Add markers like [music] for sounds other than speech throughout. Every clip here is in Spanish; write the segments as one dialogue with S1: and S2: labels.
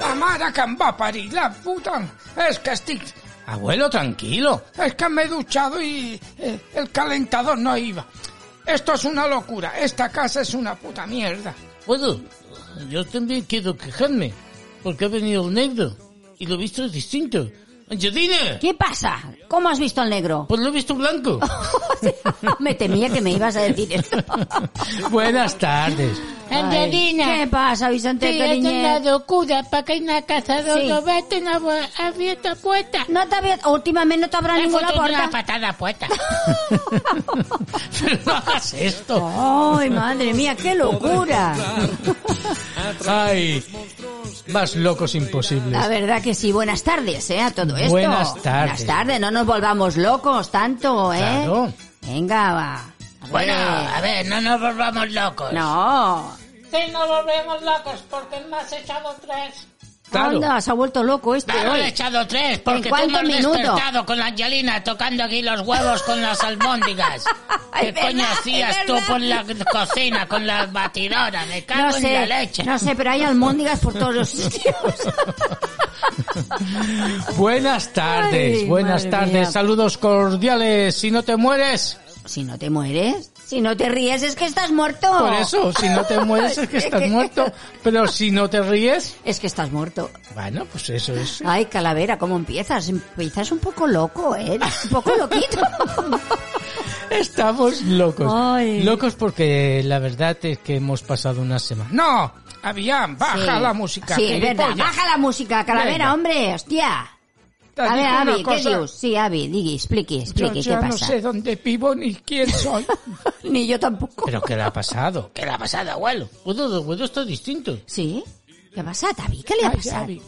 S1: La mare que em va parir, la puta... És que estic... Abuelo, tranquilo. Es que me he duchado y eh, el calentador no iba. Esto es una locura. Esta casa es una puta mierda.
S2: Bueno, yo también quiero quejarme, porque ha venido el negro y lo he visto distinto. Angelina,
S3: ¿Qué pasa? ¿Cómo has visto al negro? [laughs]
S2: pues lo he visto [laughs] blanco.
S3: me temía que me ibas a decir esto.
S2: Buenas [laughs] tardes.
S3: Ay, ¿Qué
S4: [laughs] Angelina,
S3: pasa, Vicente
S4: te has una
S3: Cariñez?
S4: locura para que una cazador
S3: Sí.
S4: no vete una bu- abierta puerta.
S3: No te había... Últimamente no te habrá
S4: He
S3: ninguna
S4: puesto una
S3: puerta.
S4: patada puerta.
S2: Pero no hagas esto.
S3: ¡Ay, madre mía, qué locura!
S2: Ay, más locos
S3: La
S2: imposibles.
S3: verdad que sí. Buenas tardes, ¿eh? A todo esto.
S2: Buenas tardes.
S3: Buenas tardes. No nos volvamos locos tanto, ¿eh?
S2: Claro.
S3: Venga, va. A
S4: bueno,
S3: ver.
S4: a ver, no nos volvamos locos.
S3: No.
S4: [laughs] Sí, nos volvemos locos porque me has echado tres.
S2: Claro.
S3: Anda, se ha vuelto loco este
S4: Vamos, he
S3: hoy.
S4: echado tres porque tú me
S3: cuántos
S4: has
S3: minutos?
S4: despertado con la Angelina tocando aquí los huevos con las albóndigas.
S3: [laughs]
S4: ¿Qué
S3: Es
S4: coño
S3: verdad, es
S4: hacías tú
S3: verdad.
S4: por la cocina con la batidora? Me cago
S3: No
S4: en
S3: sé,
S4: la leche.
S3: no sé, pero hay almóndigas por todos
S4: [laughs]
S3: los sitios.
S2: Buenas tardes,
S3: Ay,
S2: buenas
S3: madre
S2: tardes.
S3: mía.
S2: Saludos cordiales. Si no te mueres,
S3: si no te mueres, si no te ríes, es que estás muerto.
S2: por eso, si no te
S3: [laughs]
S2: mueres es que estás muerto. Pero si no te ríes,
S3: Es que estás muerto.
S2: bueno, pues eso es.
S3: Ay, calavera, ¿cómo empiezas? Empiezas un poco loco, ¿eh?
S1: [laughs]
S3: Un poco loquito.
S2: Estamos locos.
S3: Ay.
S2: Locos porque la verdad es que hemos pasado una semana.
S1: No, Avián, baja
S3: Sí.
S1: la música.
S3: Sí, es verdad.
S1: gilipollas.
S3: Baja la música, calavera,
S1: Venga.
S3: hombre, hostia.
S1: Te
S3: A ver,
S1: digo una
S3: Avi, ¿qué
S1: cosa.
S3: dius? Sí, Avi, digui, expliqui,
S1: Yo
S3: expliqui, ¿qué
S1: ya no
S3: pasa?
S1: sé dónde vivo ni quién soy.
S3: [laughs] Ni yo tampoco.
S2: Pero ¿qué le ha pasado? ¿Qué le ha pasado, abuelo? Bueno, de abuelo está distinto.
S3: ¿Sí? ¿Qué pasa, Tavi? ¿Qué le ha
S1: Ay,
S3: pasado?
S1: Avi,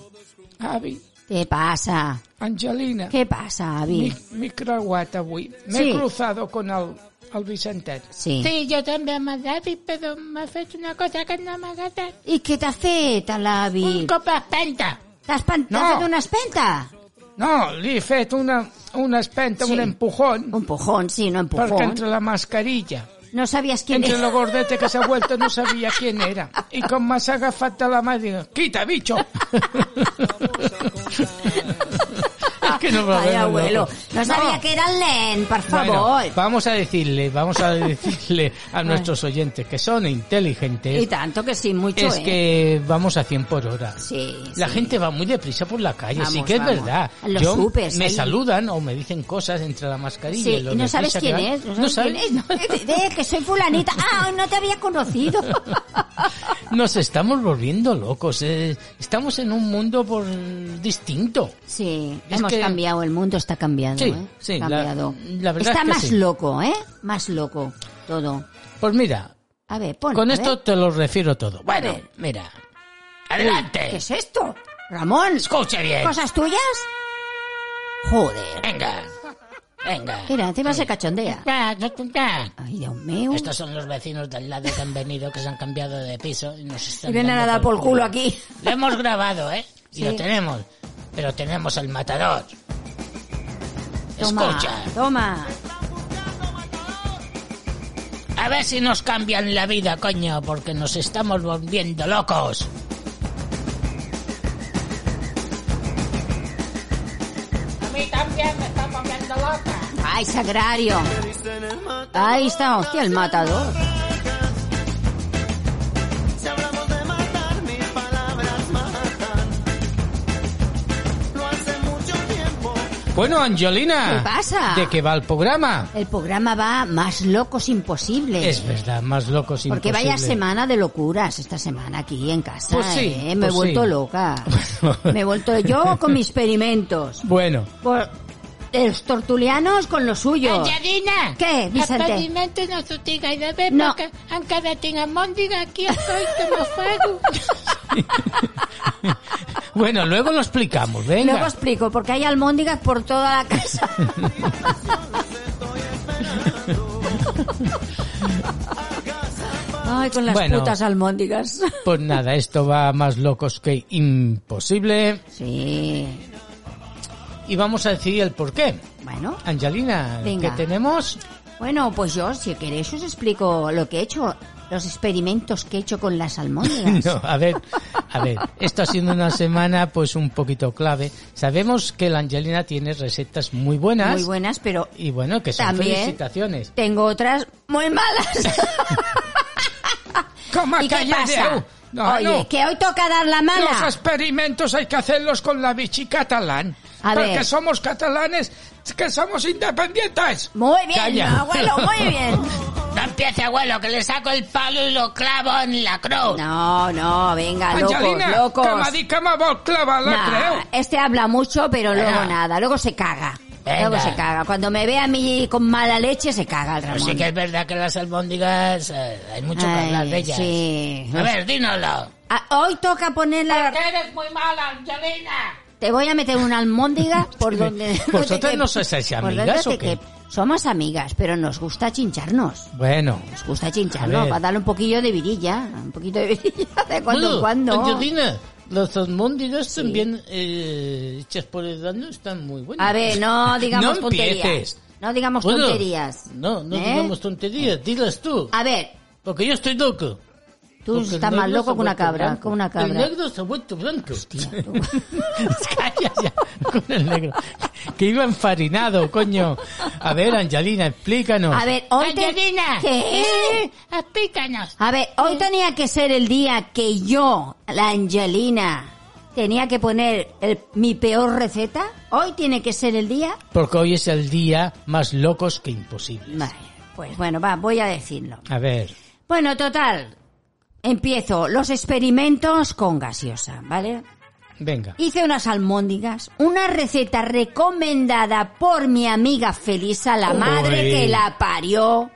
S1: Avi,
S3: ¿Qué pasa?
S1: Angelina,
S3: ¿Què passa, avi?
S1: mi, mi creuat avui. M'he
S3: Sí.
S1: cruzado con el, el Vicentet.
S3: Sí.
S4: Sí, yo también me David, pero me has hecho una cosa que no me agrada.
S3: I què t'ha fet, a l'avi?
S4: Un copa penta.
S3: T'ha espan...
S1: No.
S3: t'ha fet una espenta?
S1: No, li he fet una, una espenta,
S3: Sí.
S1: un empujón,
S3: Un pujón, sí, no un
S1: perquè
S3: pujón.
S1: entre la mascarilla,
S3: No sabies quién
S1: entre
S3: era.
S1: lo gordete que s'ha vuelto no sabia quién era. I com m'has agafat de la mà, dic, quita,
S3: [laughs]
S1: bicho!
S2: Es que no va a
S3: Ay,
S2: haber
S3: abuelo.
S2: loco.
S3: No sabia que era el nen, per favor.
S2: Bueno, vamos a decirle, vamos a decirle
S3: [laughs]
S2: a nuestros oyentes que son inteligentes.
S3: y tanto que sí, mucho,
S2: es
S3: eh.
S2: que vamos a 100 por hora.
S3: Sí,
S2: La
S3: sí.
S2: gente va muy deprisa por la calle, sí
S3: Vamos,
S2: que es
S3: vamos.
S2: verdad.
S3: En los
S2: Yo
S3: supers,
S2: me
S3: ahí.
S2: saludan o me dicen cosas entre la mascarilla.
S3: Sí,
S2: y lo
S3: y no sabes
S2: deprisa que
S3: quién
S2: van.
S3: es.
S2: No
S3: No sabes quién
S2: [laughs] sabes.
S3: es. Eh, que soy fulanita. Ah, no te había
S2: [laughs]
S3: conocido.
S2: Nos estamos volviendo locos. eh. Estamos en un mundo por distinto.
S3: Sí,
S2: Es
S3: hemos
S2: que-
S3: cambiado, el mundo está cambiando,
S2: Sí,
S3: ¿eh?
S2: sí, la-
S3: cambiado.
S2: la verdad
S3: está
S2: es que
S3: más
S2: sí.
S3: loco, ¿eh? Más loco todo.
S2: Pues mira,
S3: A ver, pon.
S2: con
S3: a
S2: esto
S3: ver.
S2: te lo refiero todo.
S3: A
S2: Bueno,
S3: ver.
S2: mira,
S3: ¿Qué
S2: adelante.
S3: es esto? Ramón,
S4: [laughs]
S2: Escuche bien.
S3: ¿cosas tuyas? Joder.
S2: Venga, venga.
S3: Mira, encima se cachondea.
S4: Ya, ya, ya.
S3: Ay, Dios mío.
S4: Estos son los vecinos del lado que han venido, que se han cambiado de piso y nos están
S3: Y vienen a
S4: dando
S3: dar por culo aquí.
S4: Lo hemos grabado, ¿eh? Y
S3: Sí.
S4: lo tenemos. Pero tenemos el matador.
S3: Toma,
S4: Escucha,
S3: toma.
S4: a ver si nos cambian la vida, coño, porque nos estamos volviendo locos. A mí también me está volviendo loca.
S3: Ay, sagrario. Ahí está, hostia, el matador.
S5: Si hablamos de matar, mis palabras matan. No hace mucho tiempo.
S2: Bueno, Angelina.
S3: ¿Qué pasa?
S2: ¿De qué va el programa?
S3: El programa va más locos imposible.
S2: Es verdad, más locos
S3: Porque
S2: imposible.
S3: vaya semana de locuras esta semana aquí en casa.
S2: Pues sí,
S3: ¿eh? Me he
S2: pues
S3: vuelto
S2: [laughs] sí.
S3: loca. Me he vuelto yo con mis experimentos.
S2: Bueno,
S3: Por- los tortulianos con lo suyo.
S4: Angelina.
S3: ¿Qué, Vicente?
S4: Apadimento no su tiga y de ver
S3: No.
S4: porque encara tinc amòndiga aquí estoy como
S3: [laughs]
S4: fuego.
S2: Bueno, luego lo explicamos, venga.
S3: Luego explico, porque hay almóndigas por toda la casa. Ay, con las
S2: Bueno.
S3: putas almóndigas.
S2: Pues nada, esto va más locos que imposible.
S3: Sí.
S2: Y vamos a decidir el por qué.
S3: Bueno,
S2: Angelina,
S3: Venga.
S2: ¿qué tenemos?
S3: bueno, pues yo, si queréis, os explico lo que he hecho, los experimentos que he hecho con las almóndigas.
S2: [laughs] No, a ver, a ver, esto ha sido una semana pues un poquito clave. Sabemos que la Angelina tiene recetas muy buenas.
S3: Muy buenas, pero
S2: Y bueno, que son
S3: También.
S2: felicitaciones.
S3: tengo otras muy malas. [laughs]
S1: ¿Cómo
S3: ¿Y qué
S1: que
S3: pasa?
S1: llegueu? No,
S3: Oye,
S1: no.
S3: que hoy toca dar la mala.
S1: Los experimentos hay que hacerlos con la bici catalán.
S3: A
S1: porque
S3: ver.
S1: somos catalanes, que somos independientes.
S3: Muy bien,
S2: Calla.
S3: abuelo, muy bien.
S4: No empiece, abuelo, que le saco el palo y lo clavo en la cruz.
S3: No, no, venga, locos,
S1: Angelina,
S3: locos.
S1: que m'ha dit que me vol clavar la
S3: Nah,
S1: creu.
S3: este habla mucho, pero luego
S4: Venga.
S3: nada, luego se caga.
S4: Venga.
S3: Luego se caga. Cuando me ve a mí con mala leche, se caga el Ramón.
S4: Sí que es verdad que las albóndigas, eh, hay mucho que
S3: Ay,
S4: hablar de ellas.
S3: sí.
S4: A ver, dínoslo.
S3: Ah, hoy toca poner la...
S4: eres muy mala, Angelina.
S3: Te voy a meter una almóndiga por
S4: [laughs]
S3: donde... [laughs]
S2: ¿Vosotras
S3: te
S2: no sois así
S3: por
S2: amigas
S3: donde te
S2: o qué?
S3: quep- Somos amigas, pero nos gusta chincharnos.
S2: Bueno,
S3: Nos gusta
S2: A
S3: chincharnos,
S2: ver.
S3: para darle un poquillo de virilla. Un poquito de [laughs] virilla de cuando en
S2: Bueno,
S3: cuando.
S2: Angelina, los almóndigas también eh, hechas por el dano están muy buenas.
S3: A ver, no digamos
S2: [laughs] No
S3: tonterías.
S2: empieces.
S3: No digamos
S2: Bueno,
S3: tonterías.
S2: No, no
S3: ¿Eh?
S2: digamos tonterías, dilas tú.
S3: A ver,
S2: Porque yo estoy loco.
S3: tú
S2: Porque el
S3: estás más
S2: negro se
S3: loco
S2: ha
S3: que una
S2: vuelto
S3: cabra,
S2: blanco.
S3: como una
S2: El
S3: cabra.
S2: negro se ha vuelto blanco.
S3: Tío,
S2: [laughs] Calla ya, con el negro. Que iba enfarinado, coño. A ver, Angelina, explícanos.
S3: A ver, hoy te-
S4: Angelina.
S3: ¿Qué?
S4: Explícanos.
S3: A ver, hoy tenía que ser el día que yo, la Angelina, tenía que poner el- mi peor receta. Hoy tiene que ser el día.
S2: Porque hoy es el día más locos que imposible.
S3: Vale, pues bueno, va, voy a decirlo.
S2: A ver,
S3: Bueno, total. Empiezo los experimentos con gaseosa, ¿vale?
S2: venga.
S3: Hice unas almóndigas, una receta recomendada por mi amiga Felisa, la madre
S2: Uy.
S3: que la parió,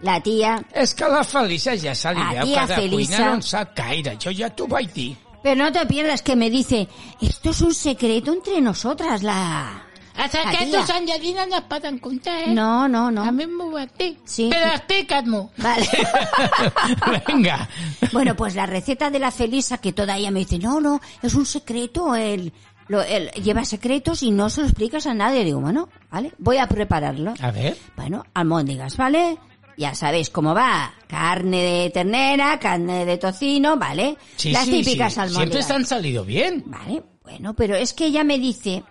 S3: la tía.
S1: És que la Felisa ja se li
S3: Ah,
S1: veu
S3: tia
S1: que de
S3: Felisa.
S1: cuina no en sap gaire. Jo ja t'ho vaig
S2: [laughs]
S1: dir.
S3: Pero no te pierdas que me dice, esto es un secreto entre nosotras, la...
S4: Hasta
S3: La
S4: que
S3: tía.
S4: tus angelinas nos puedan contar, ¿eh?
S3: No, no,
S4: A
S3: no.
S4: mí me voy a ti.
S3: Sí.
S4: Pero explícanos. [laughs]
S3: Vale.
S2: venga.
S3: Bueno, pues la receta de la Felisa, que todavía me dice, no, no, es un secreto, él, lo- él lleva secretos y no se lo explicas a nadie. Digo, bueno, vale, voy a prepararlo.
S2: A ver.
S3: Bueno, almóndigas, ¿vale? Ya sabéis cómo va. Carne de ternera, carne de tocino, ¿vale?
S2: Sí,
S3: Las
S2: sí,
S3: típicas
S2: sí. Siempre
S3: almóndigas.
S2: se han salido bien.
S3: Vale, bueno, pero es que ella me dice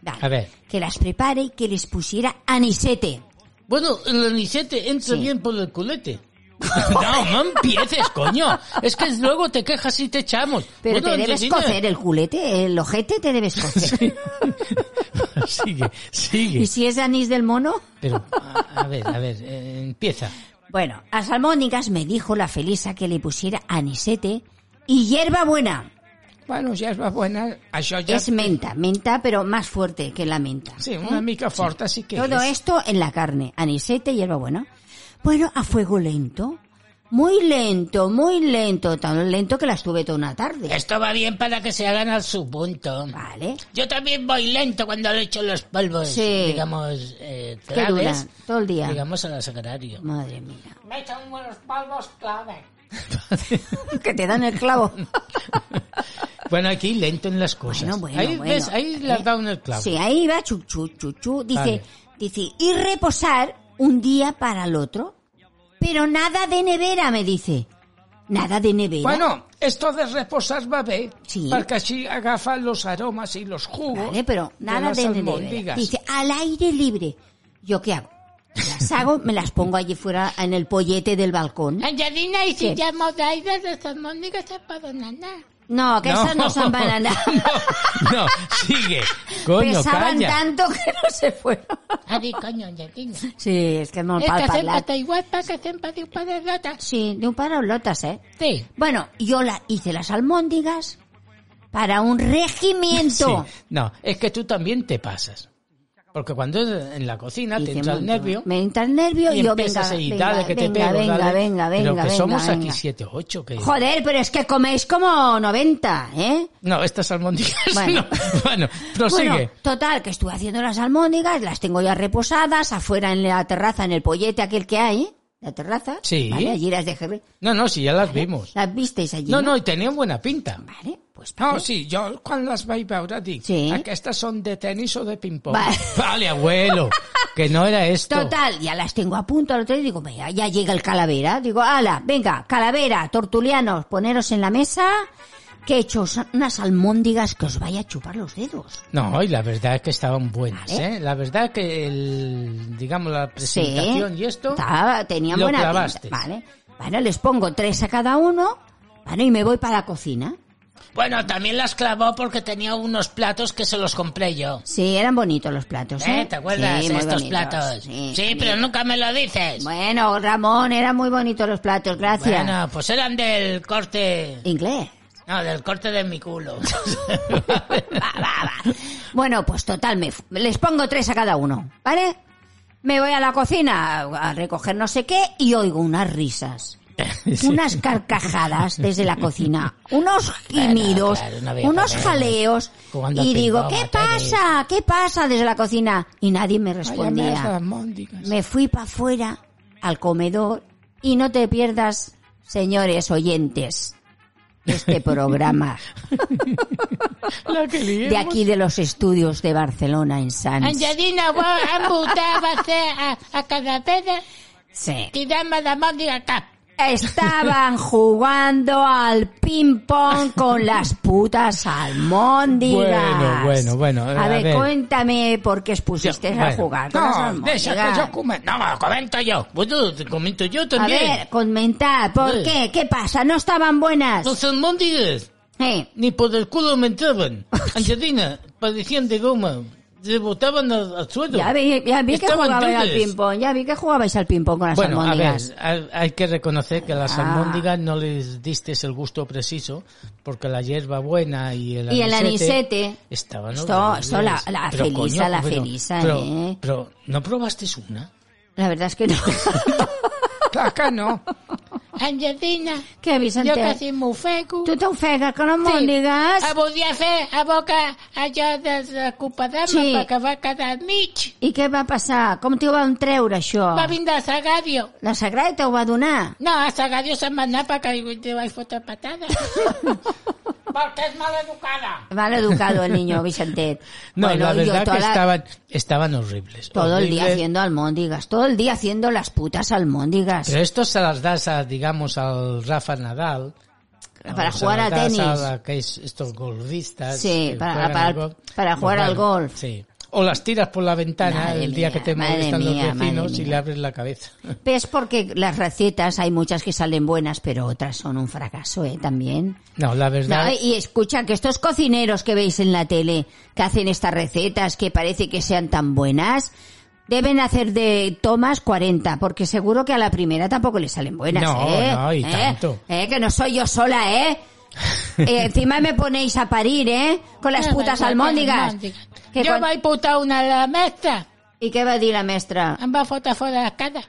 S3: vale,
S2: A ver.
S3: que las prepare y que les pusiera anisete.
S2: Bueno, el anisete entra
S3: Sí.
S2: bien por el culete. [laughs] No, no empieces, coño. Es que luego te quejas y te echamos.
S3: Pero te
S2: Bueno,
S3: debes
S2: Angelina,
S3: cocer el culete, el ojete te debes cocer.
S2: [laughs] Sigue,
S3: ¿Y
S2: sigue.
S3: si es de anís del mono?
S2: Pero, a a ver, a ver, eh, empieza.
S3: Bueno, a salmónicas me dijo la Felisa que le pusiera anisete y hierbabuena.
S1: Bueno, ja es va buena. Això ja...
S3: Es menta, menta, pero más fuerte que la menta.
S1: Sí, una mica forta sí que
S3: Todo
S1: és.
S3: esto en la carne, anisete, hierbabuena. Bueno, a fuego lento. Muy lento, muy lento, tan lento que la estuve toda una tarde.
S4: Esto va bien para que se hagan a su punto.
S3: Vale.
S4: Yo también voy lento cuando le echo los polvos,
S3: Sí.
S4: digamos, eh,
S3: ¿Qué dura?
S4: claves,
S3: Todo el día.
S4: digamos, al sagrario.
S3: Madre mía.
S4: Me echan unos polvos clave.
S3: que te dan el
S2: [laughs]
S3: clavo.
S2: Bueno, aquí lento en las cosas.
S3: bueno, bueno,
S2: ahí
S3: bueno.
S2: ves, ahí le
S3: Eh,
S2: has dado en el clavo.
S3: Sí, ahí va chuchu, chuchu. Dice,
S2: Vale.
S3: dice, y reposar un día para el otro. Pero nada de nevera, me dice. Nada de nevera.
S1: Bueno, esto de reposar va bé,
S3: Sí.
S1: perquè així agafa los aromas y los jugos
S3: Vale, pero nada
S1: las
S3: de, nevera.
S1: albóndigas.
S3: Dice, al aire libre. ¿Yo qué hago? Las hago, me las pongo allí fuera en el pollete del balcón.
S4: Angelina, y si
S3: ¿Mm? ¿Qué?
S4: llamo de ahí desde San Mónica, se puede nada.
S3: No, que esas
S2: [laughs]
S3: no son bananas.
S2: No, sigue. Coño,
S3: Pesaban
S2: calla.
S3: tanto que no se fueron.
S4: Adi, coño, Angelina.
S3: Sí, es que Ah. [laughs] no
S4: Es que
S3: palpa
S4: siempre
S3: la-
S4: está igual, pasa siempre de un par de ratas.
S3: Sí, de un par de lotas, ¿eh?
S4: Sí.
S3: Bueno, yo la hice las almóndigas para un regimiento.
S2: Sí, No, es que tú también te pasas. Porque cuando es en la cocina te
S3: Dice,
S2: entra el
S3: "Monta,
S2: nervio
S3: Me entra el nervio y,
S2: y
S3: yo venga,
S2: empiezas ahí,
S3: venga,
S2: dale que te
S3: venga,
S2: pego,
S3: venga,
S2: dale.
S3: venga, venga,
S2: Pero que
S3: venga,
S2: somos aquí
S3: venga.
S2: siete, ocho, que...
S3: Joder, pero es que coméis como 90, ¿eh?
S2: No, estas [laughs] almondijas
S3: Bueno.
S2: no. Bueno, prosigue.
S3: Bueno, total, que estuve haciendo las almóndigas, las tengo ya reposadas, afuera en la terraza, en el pollete aquel que hay, la terraza.
S2: Sí.
S3: ¿vale? Allí las dejé. ver.
S2: No, no, si ya las vimos.
S3: ¿Las visteis allí?
S2: No, no, y tenían buena pinta.
S3: Vale, pues
S1: No,
S3: vale.
S1: sí, jo quan les vaig veure dic
S3: Sí.
S2: "Ah,
S1: aquestes són de tenis o de ping-pong.
S3: Va-
S2: [laughs] Vale, abuelo, que no era esto.
S3: Total, ya las tengo a punto al otro día y digo, "Mira, ya llega el calavera. Digo, ala, venga, calavera, tortulianos, poneros en la mesa, que he hecho sa- unas almóndigas que os vaya a chupar los dedos.
S2: No, y la verdad es que estaban buenas,
S3: Vale.
S2: ¿eh? La verdad que el, digamos, la presentación y esto...
S3: Estaba- tenía
S2: lo
S3: buena
S2: clavaste.
S3: pinta. Vale, bueno, les pongo tres a cada uno, vale, y me voy para la cocina.
S4: Bueno, también las clavó porque tenía unos platos que se los compré yo.
S3: Sí, eran bonitos los platos, ¿eh?
S4: ¿Eh? ¿Te acuerdas
S3: Sí,
S4: de
S3: muy
S4: estos
S3: bonitos.
S4: platos?
S3: Sí,
S4: Sí,
S3: sí.
S4: pero nunca me lo dices.
S3: Bueno, Ramón, eran muy bonitos los platos, gracias.
S4: Bueno, pues eran del corte...
S3: Inglés.
S4: No, del corte de mi culo. [laughs]
S3: Va, va, va. Bueno, pues total, me fu- les pongo tres a cada uno, ¿vale? Me voy a la cocina a a recoger no sé qué y oigo unas
S4: [laughs]
S3: risas. Unas carcajadas desde la cocina, unos gemidos,
S4: [laughs] claro, no había
S3: unos
S4: problema.
S3: jaleos
S4: Jugando
S3: y
S4: al
S3: digo,
S4: ping-pong,
S3: ¿qué
S4: a tenis".
S3: pasa? ¿Qué pasa desde la cocina? Y nadie me
S1: Vaya
S3: respondía.
S1: merda, almòndigues.
S3: Me fui para afuera, al comedor, y no te pierdas, señores oyentes,
S2: [laughs]
S3: este programa de aquí de los estudios de Barcelona en Sants.
S4: Angelina, vos embutava a, a cada vez
S3: Sí.
S4: tirant-me de mòndiga al cap.
S3: Estaban jugando al ping-pong con las putas almóndigas.
S2: Bueno, bueno, bueno,
S3: A,
S2: a
S3: ver,
S2: ver.
S3: cuéntame por qué expusisteis
S2: Yo,
S3: a
S2: bueno.
S3: jugar con las
S1: No,
S3: almóndigas.
S1: deixa que jo comento.
S2: No, lo comento yo. Bueno, te comento yo
S3: A
S2: también.
S3: ver, comentad, ¿por
S2: Sí.
S3: qué? ¿Qué pasa? ¿No estaban buenas?
S2: Los almóndigas
S3: Eh,
S2: ni por el culo
S3: [laughs]
S2: me entraban. Angelina, parecían de goma. Se botaban al, al suelo.
S3: Ya vi, ya vi que
S2: Estaban
S3: jugabais al
S2: dulces.
S3: ping-pong, ya vi que jugabais al ping-pong con las
S2: Bueno, a ver,
S3: almóndigas.
S2: hay, hay que reconocer que las
S3: Ah.
S2: almóndigas no les diste el gusto preciso, porque la hierba buena y el
S3: Y el
S2: anisete,
S3: anisete.
S2: estaban
S3: Esto-
S2: horribles.
S3: esto la- la
S2: Pero,
S3: felisa,
S2: coño,
S3: la
S2: pero-
S3: felisa,
S2: pero-
S3: ¿eh?
S2: Pero, ¿no probaste
S3: [laughs]
S2: una?
S3: La verdad es
S2: [laughs]
S3: que no.
S1: Clar que no.
S4: Angelina,
S3: que
S4: jo
S3: Vicente,
S4: quasi m'ofego.
S3: tu t'ofegues con les almóndigas
S2: Ah,
S4: Sí, volia fer a boca allò de recuperar-me
S3: Sí.
S4: sí. perquè va quedar al mig.
S3: i què va passar? Com t'ho van treure, això?
S4: Va vindre a Sagadio.
S3: La Sagrada ho va donar?
S4: No, a Sagadio se'n va anar perquè li li vaig fotre patada.
S3: [laughs]
S4: perquè és mal educada.
S3: Mal educado el
S2: [laughs]
S3: niño, Vicente.
S2: No,
S3: Bueno,
S2: la
S3: yo
S2: verdad
S3: toda
S2: que
S3: la-
S2: estaban, estaban horribles.
S3: Todo el día
S2: horribles.
S3: haciendo almóndigas, todo el día haciendo las putas almóndigas.
S2: Pero esto se las das, a, digamos, al Rafa Nadal.
S3: Para
S2: o se
S3: jugar
S2: las
S3: a
S2: das
S3: tenis.
S2: la que es estos golfistas.
S3: Sí,
S2: que
S3: para-
S2: juegan
S3: para-
S2: al golf.
S3: para jugar
S2: Pues
S3: al golf.
S2: Sí. O las tiras por la ventana
S3: Madre
S2: el día
S3: mía,
S2: que te
S3: madre
S2: molestan los
S3: mía, madre
S2: vecinos y
S3: mía.
S2: le abres la cabeza.
S3: Es porque las recetas hay muchas que salen buenas, pero otras son un fracaso, ¿eh? También.
S2: No, la verdad.
S3: No, y escucha que estos cocineros que veis en la tele, que hacen estas recetas que parece que sean tan buenas, deben hacer de tomas 40, porque seguro que a la primera tampoco le salen buenas,
S2: No,
S3: ¿eh?
S2: no, y
S3: ¿Eh?
S2: tanto.
S3: ¿Eh? Que no soy yo sola,
S2: [laughs]
S3: ¿eh? Eh, encima me ponéis a parir, ¿eh? Con las putas almóndigas. Que
S4: Jo
S3: quan-
S4: vaig portar una a la mestra.
S3: ¿Y qué va a decir la maestra?
S4: Em va fotre fora
S3: [laughs]
S4: de cara.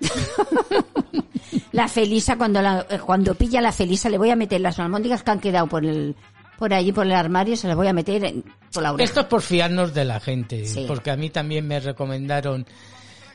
S3: La Felisa, cuando, la, eh, cuando pilla la Felisa, le voy a meter las almóndigas que han quedado por el por allí, por el armario, se las voy a meter en- por la oreja.
S2: Esto es por fiarnos de la gente,
S3: Sí.
S2: porque a mí también me recomendaron,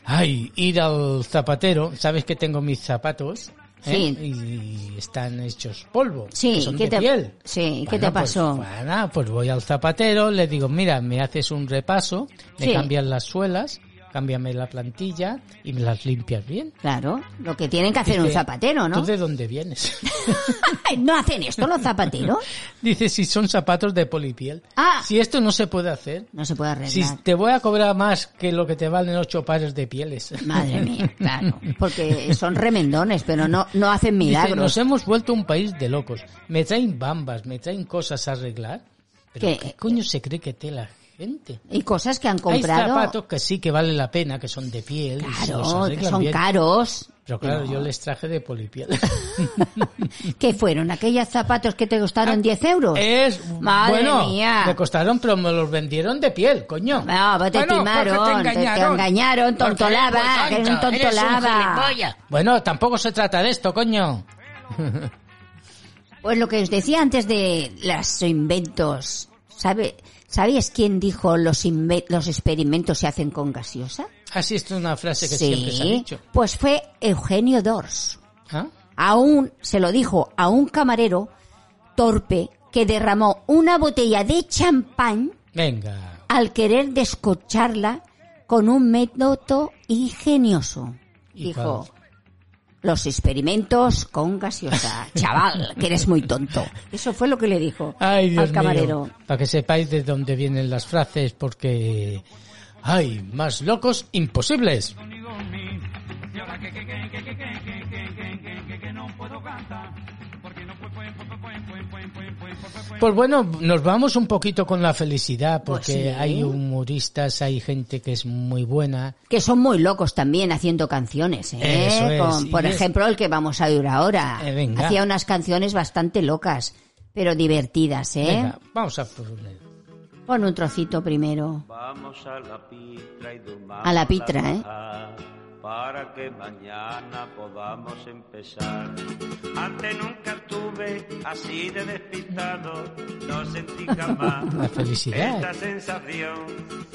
S2: ay, ir al zapatero, sabes que tengo mis zapatos, ¿eh? y están hechos polvo,
S3: Sí,
S2: que son
S3: ¿qué
S2: de
S3: te-
S2: piel.
S3: sí, ¿qué te
S2: pues,
S3: pasó?
S2: bueno, pues voy al zapatero, le digo, mira, me haces un repaso, me
S3: Sí.
S2: cambias las suelas, cámbiame la plantilla y me las limpias bien.
S3: Claro, lo que tienen que hacer un
S2: Dice,
S3: zapatero, ¿no? [laughs]
S2: ¿Tú de dónde vienes? [laughs]
S3: ¿No hacen esto los zapateros?
S2: Dice, si son zapatos de polipiel.
S3: Ah.
S2: Si esto no se puede hacer,
S3: No se puede arreglar.
S2: Si te voy a cobrar más que lo que te valen ocho pares de pieles.
S3: Madre
S2: [laughs]
S3: mía, claro. Porque son remendones, pero no, no hacen
S2: Dice,
S3: milagros.
S2: nos hemos vuelto un país de locos. Me traen bambas, me traen cosas a arreglar. Pero
S3: ¿Qué?
S2: ¿qué, coño se cree que te la gente?
S3: y cosas que han
S2: Hay
S3: comprado.
S2: zapatos que sí que vale la pena, que son de piel. y se los
S3: Claro, que
S2: arreglan
S3: son
S2: bien.
S3: caros.
S2: Pero claro, yo les traje
S3: [laughs]
S2: de polipiel.
S3: ¿Qué fueron? ¿Aquellos zapatos que te
S2: Ah,
S3: costaron 10 euros?
S2: es
S3: Madre
S2: bueno,
S3: mía.
S2: me costaron, pero me los vendieron de piel, coño.
S3: No, pues
S1: Bueno,
S3: te
S1: porque te
S3: timaron, te- te
S1: engañaron.
S3: engañaron, tontolaba,
S4: Porque
S3: eres un
S4: eres muy tonto, eres un
S3: tontolaba.
S4: gilipollas.
S2: Bueno, tampoco se trata de esto, coño.
S3: Pues lo que os decía antes de los inventos, ¿sabe, ¿sabías quién dijo los, inve- los experimentos se hacen con gaseosa?
S2: Así es una frase que siempre se ha dicho.
S3: pues fue Eugenio Dors.
S2: ¿Ah?
S3: A un, se lo dijo a un camarero torpe que derramó una botella de champán
S2: Venga.
S3: al querer descocharla con un método ingenioso.
S2: ¿Y
S3: Dijo,
S2: cuál?
S3: los experimentos con
S2: [laughs]
S3: gaseosa. Chaval, que eres muy tonto. Eso fue lo que le dijo
S2: Ay, Dios
S3: al camarero.
S2: mío. Para que sepáis de dónde vienen las frases, porque... ¡Ay, más locos imposibles! Pues bueno, nos vamos un poquito con la felicidad, porque
S3: Pues sí.
S2: hay humoristas, hay gente que es muy buena.
S3: Que son muy locos también haciendo canciones, ¿eh?
S2: Eso es,
S3: Con-
S2: y
S3: por
S2: es-
S3: ejemplo, el que vamos a oír ahora.
S2: Eh, venga.
S3: Hacía unas canciones bastante locas, pero divertidas, ¿eh?
S2: Venga, vamos a por una.
S3: Pon un trocito primero.
S6: Vamos a la pitra y domamos
S3: A la pitra, ¿eh?
S6: paja Para que mañana podamos empezar. Antes nunca estuve así de despistado, no sentí jamás.
S2: [laughs] La felicidad. ¿eh?
S6: Esta sensación,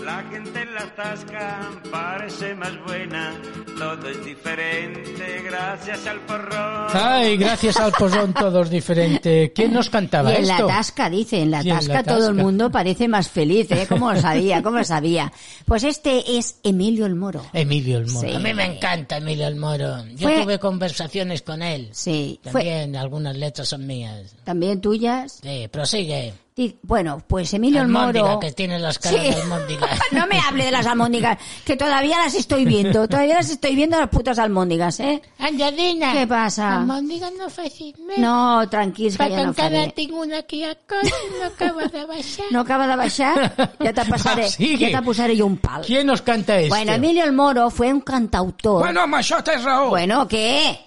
S6: la gente en las tascas parece más buena. Todo es diferente gracias al porrón.
S2: Ay, gracias al pozón todos diferente. ¿Quién nos cantaba
S3: Y en
S2: esto?
S3: la tasca, dice, en la
S2: Y en la
S3: tasca todo el
S2: tasca.
S3: mundo parece más feliz, ¿eh? ¿Cómo lo sabía? ¿Cómo lo sabía? Pues este es Emilio el Moro.
S2: Emilio el Mono.
S3: Sí.
S4: A mí me encanta Emilio el Moro. Yo
S3: Fue-
S4: tuve conversaciones con él.
S3: Sí, fue
S4: También algunas letras son mías.
S3: también tuyas.
S4: Sí, prosigue.
S3: Di- Bueno, pues Emilio el
S4: Almóndiga,
S3: Moro.
S4: que tiene las caras de almóndiga.
S3: [laughs] no me hable de las almóndigas, que todavía las estoy viendo, todavía las estoy viendo las putas almóndigas, ¿eh?
S4: Angelina.
S3: ¿Qué pasa?
S4: Almóndiga no facilment.
S3: No, tranquils, que
S4: Per
S3: ja no faré.
S4: encara tinc una que hi ha cosa i no acaba de baixar.
S3: No acaba de baixar, ja te passaré,
S2: Va, sigue.
S3: ja te posaré jo un pal.
S2: ¿Quién nos canta esto?
S3: Bueno, Emilio el Moro fue un cantautor.
S1: Bueno, machote Raúl.
S3: Bueno, ¿qué?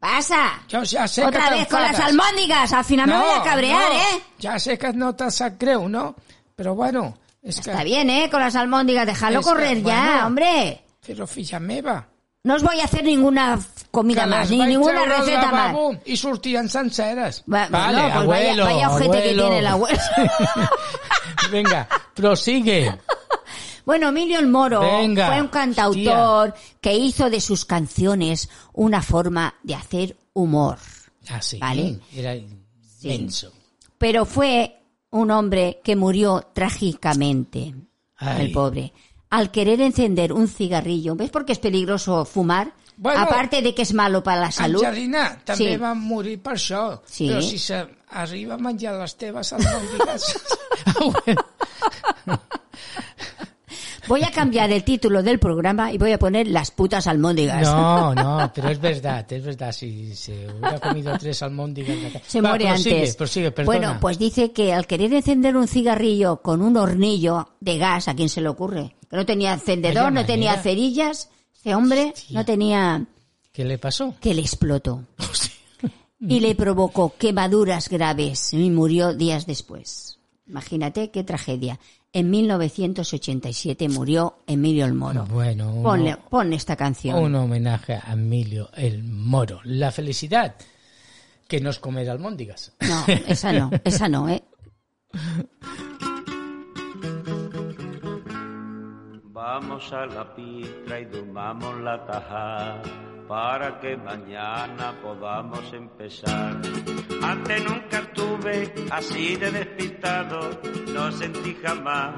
S3: Pasa.
S1: Yo ya sé que
S3: Otra
S1: te
S3: vez con las
S1: enfadas.
S3: almóndigas, al final me voy a cabrear,
S1: no,
S3: ¿eh?
S1: Ya sé que no te has creu, ¿no? Pero bueno, es que...
S3: Está bien, ¿eh? Con las almóndigas, déjalo
S1: Es que,
S3: correr
S1: Este, bueno.
S3: ya, hombre.
S1: Pero fíjame, va.
S3: No os voy a hacer ninguna f- comida
S1: que
S3: más,
S1: les
S3: ni
S1: vaig
S3: ninguna
S1: treure al
S3: receta más.
S1: lavabo I sortien senceres.
S3: Va-
S2: Vale,
S3: no, pues
S2: abuelo,
S3: vaya, vaya ojete que
S2: abuelo.
S3: tiene
S1: [laughs]
S3: el abuelo.
S2: Venga, prosigue.
S3: bueno, Emilio el Moro
S2: Venga,
S3: fue un cantautor que hizo de sus canciones una forma de hacer humor.
S2: Ah, sí.
S3: Vale.
S2: Era inmenso.
S3: pero fue un hombre que murió trágicamente,
S2: Ay.
S3: el pobre, al querer encender un cigarrillo. ¿Ves por qué es peligroso fumar?
S1: Bueno,
S3: Aparte de que es malo para la salud.
S1: Angelina, també
S3: Sí.
S1: va morir per això.
S3: Sí.
S1: Però si s'arriba a menjar les teves albòndigues...
S3: [laughs] Voy a cambiar el título del programa y voy a poner las putas almóndigas.
S2: No, no, pero es verdad, es verdad. Si se hubiera comido tres almóndigas...
S3: Se
S2: Va,
S3: muere
S2: prosigue,
S3: antes.
S2: Prosigue, perdona.
S3: Bueno, pues dice que al querer encender un cigarrillo con un hornillo de gas, ¿a quién se le ocurre? Que no tenía encendedor,
S2: Vaya
S3: no tenía
S2: manera.
S3: cerillas. Este hombre no tenía...
S2: ¿Qué le pasó?
S3: que le
S4: [laughs]
S3: explotó y le provocó quemaduras graves y murió días después. Imagínate qué tragedia. En 1987 murió Emilio el Moro.
S2: Bueno, uno-
S3: Ponle- pon esta canción.
S2: Un homenaje a Emilio el Moro. La felicidad que nos comer almóndigas.
S3: No, esa no, esa no, ¿eh?
S6: Vamos a la pitra y durmamos la taja para que mañana podamos empezar. Antes nunca estuve así de despistado, no sentí jamás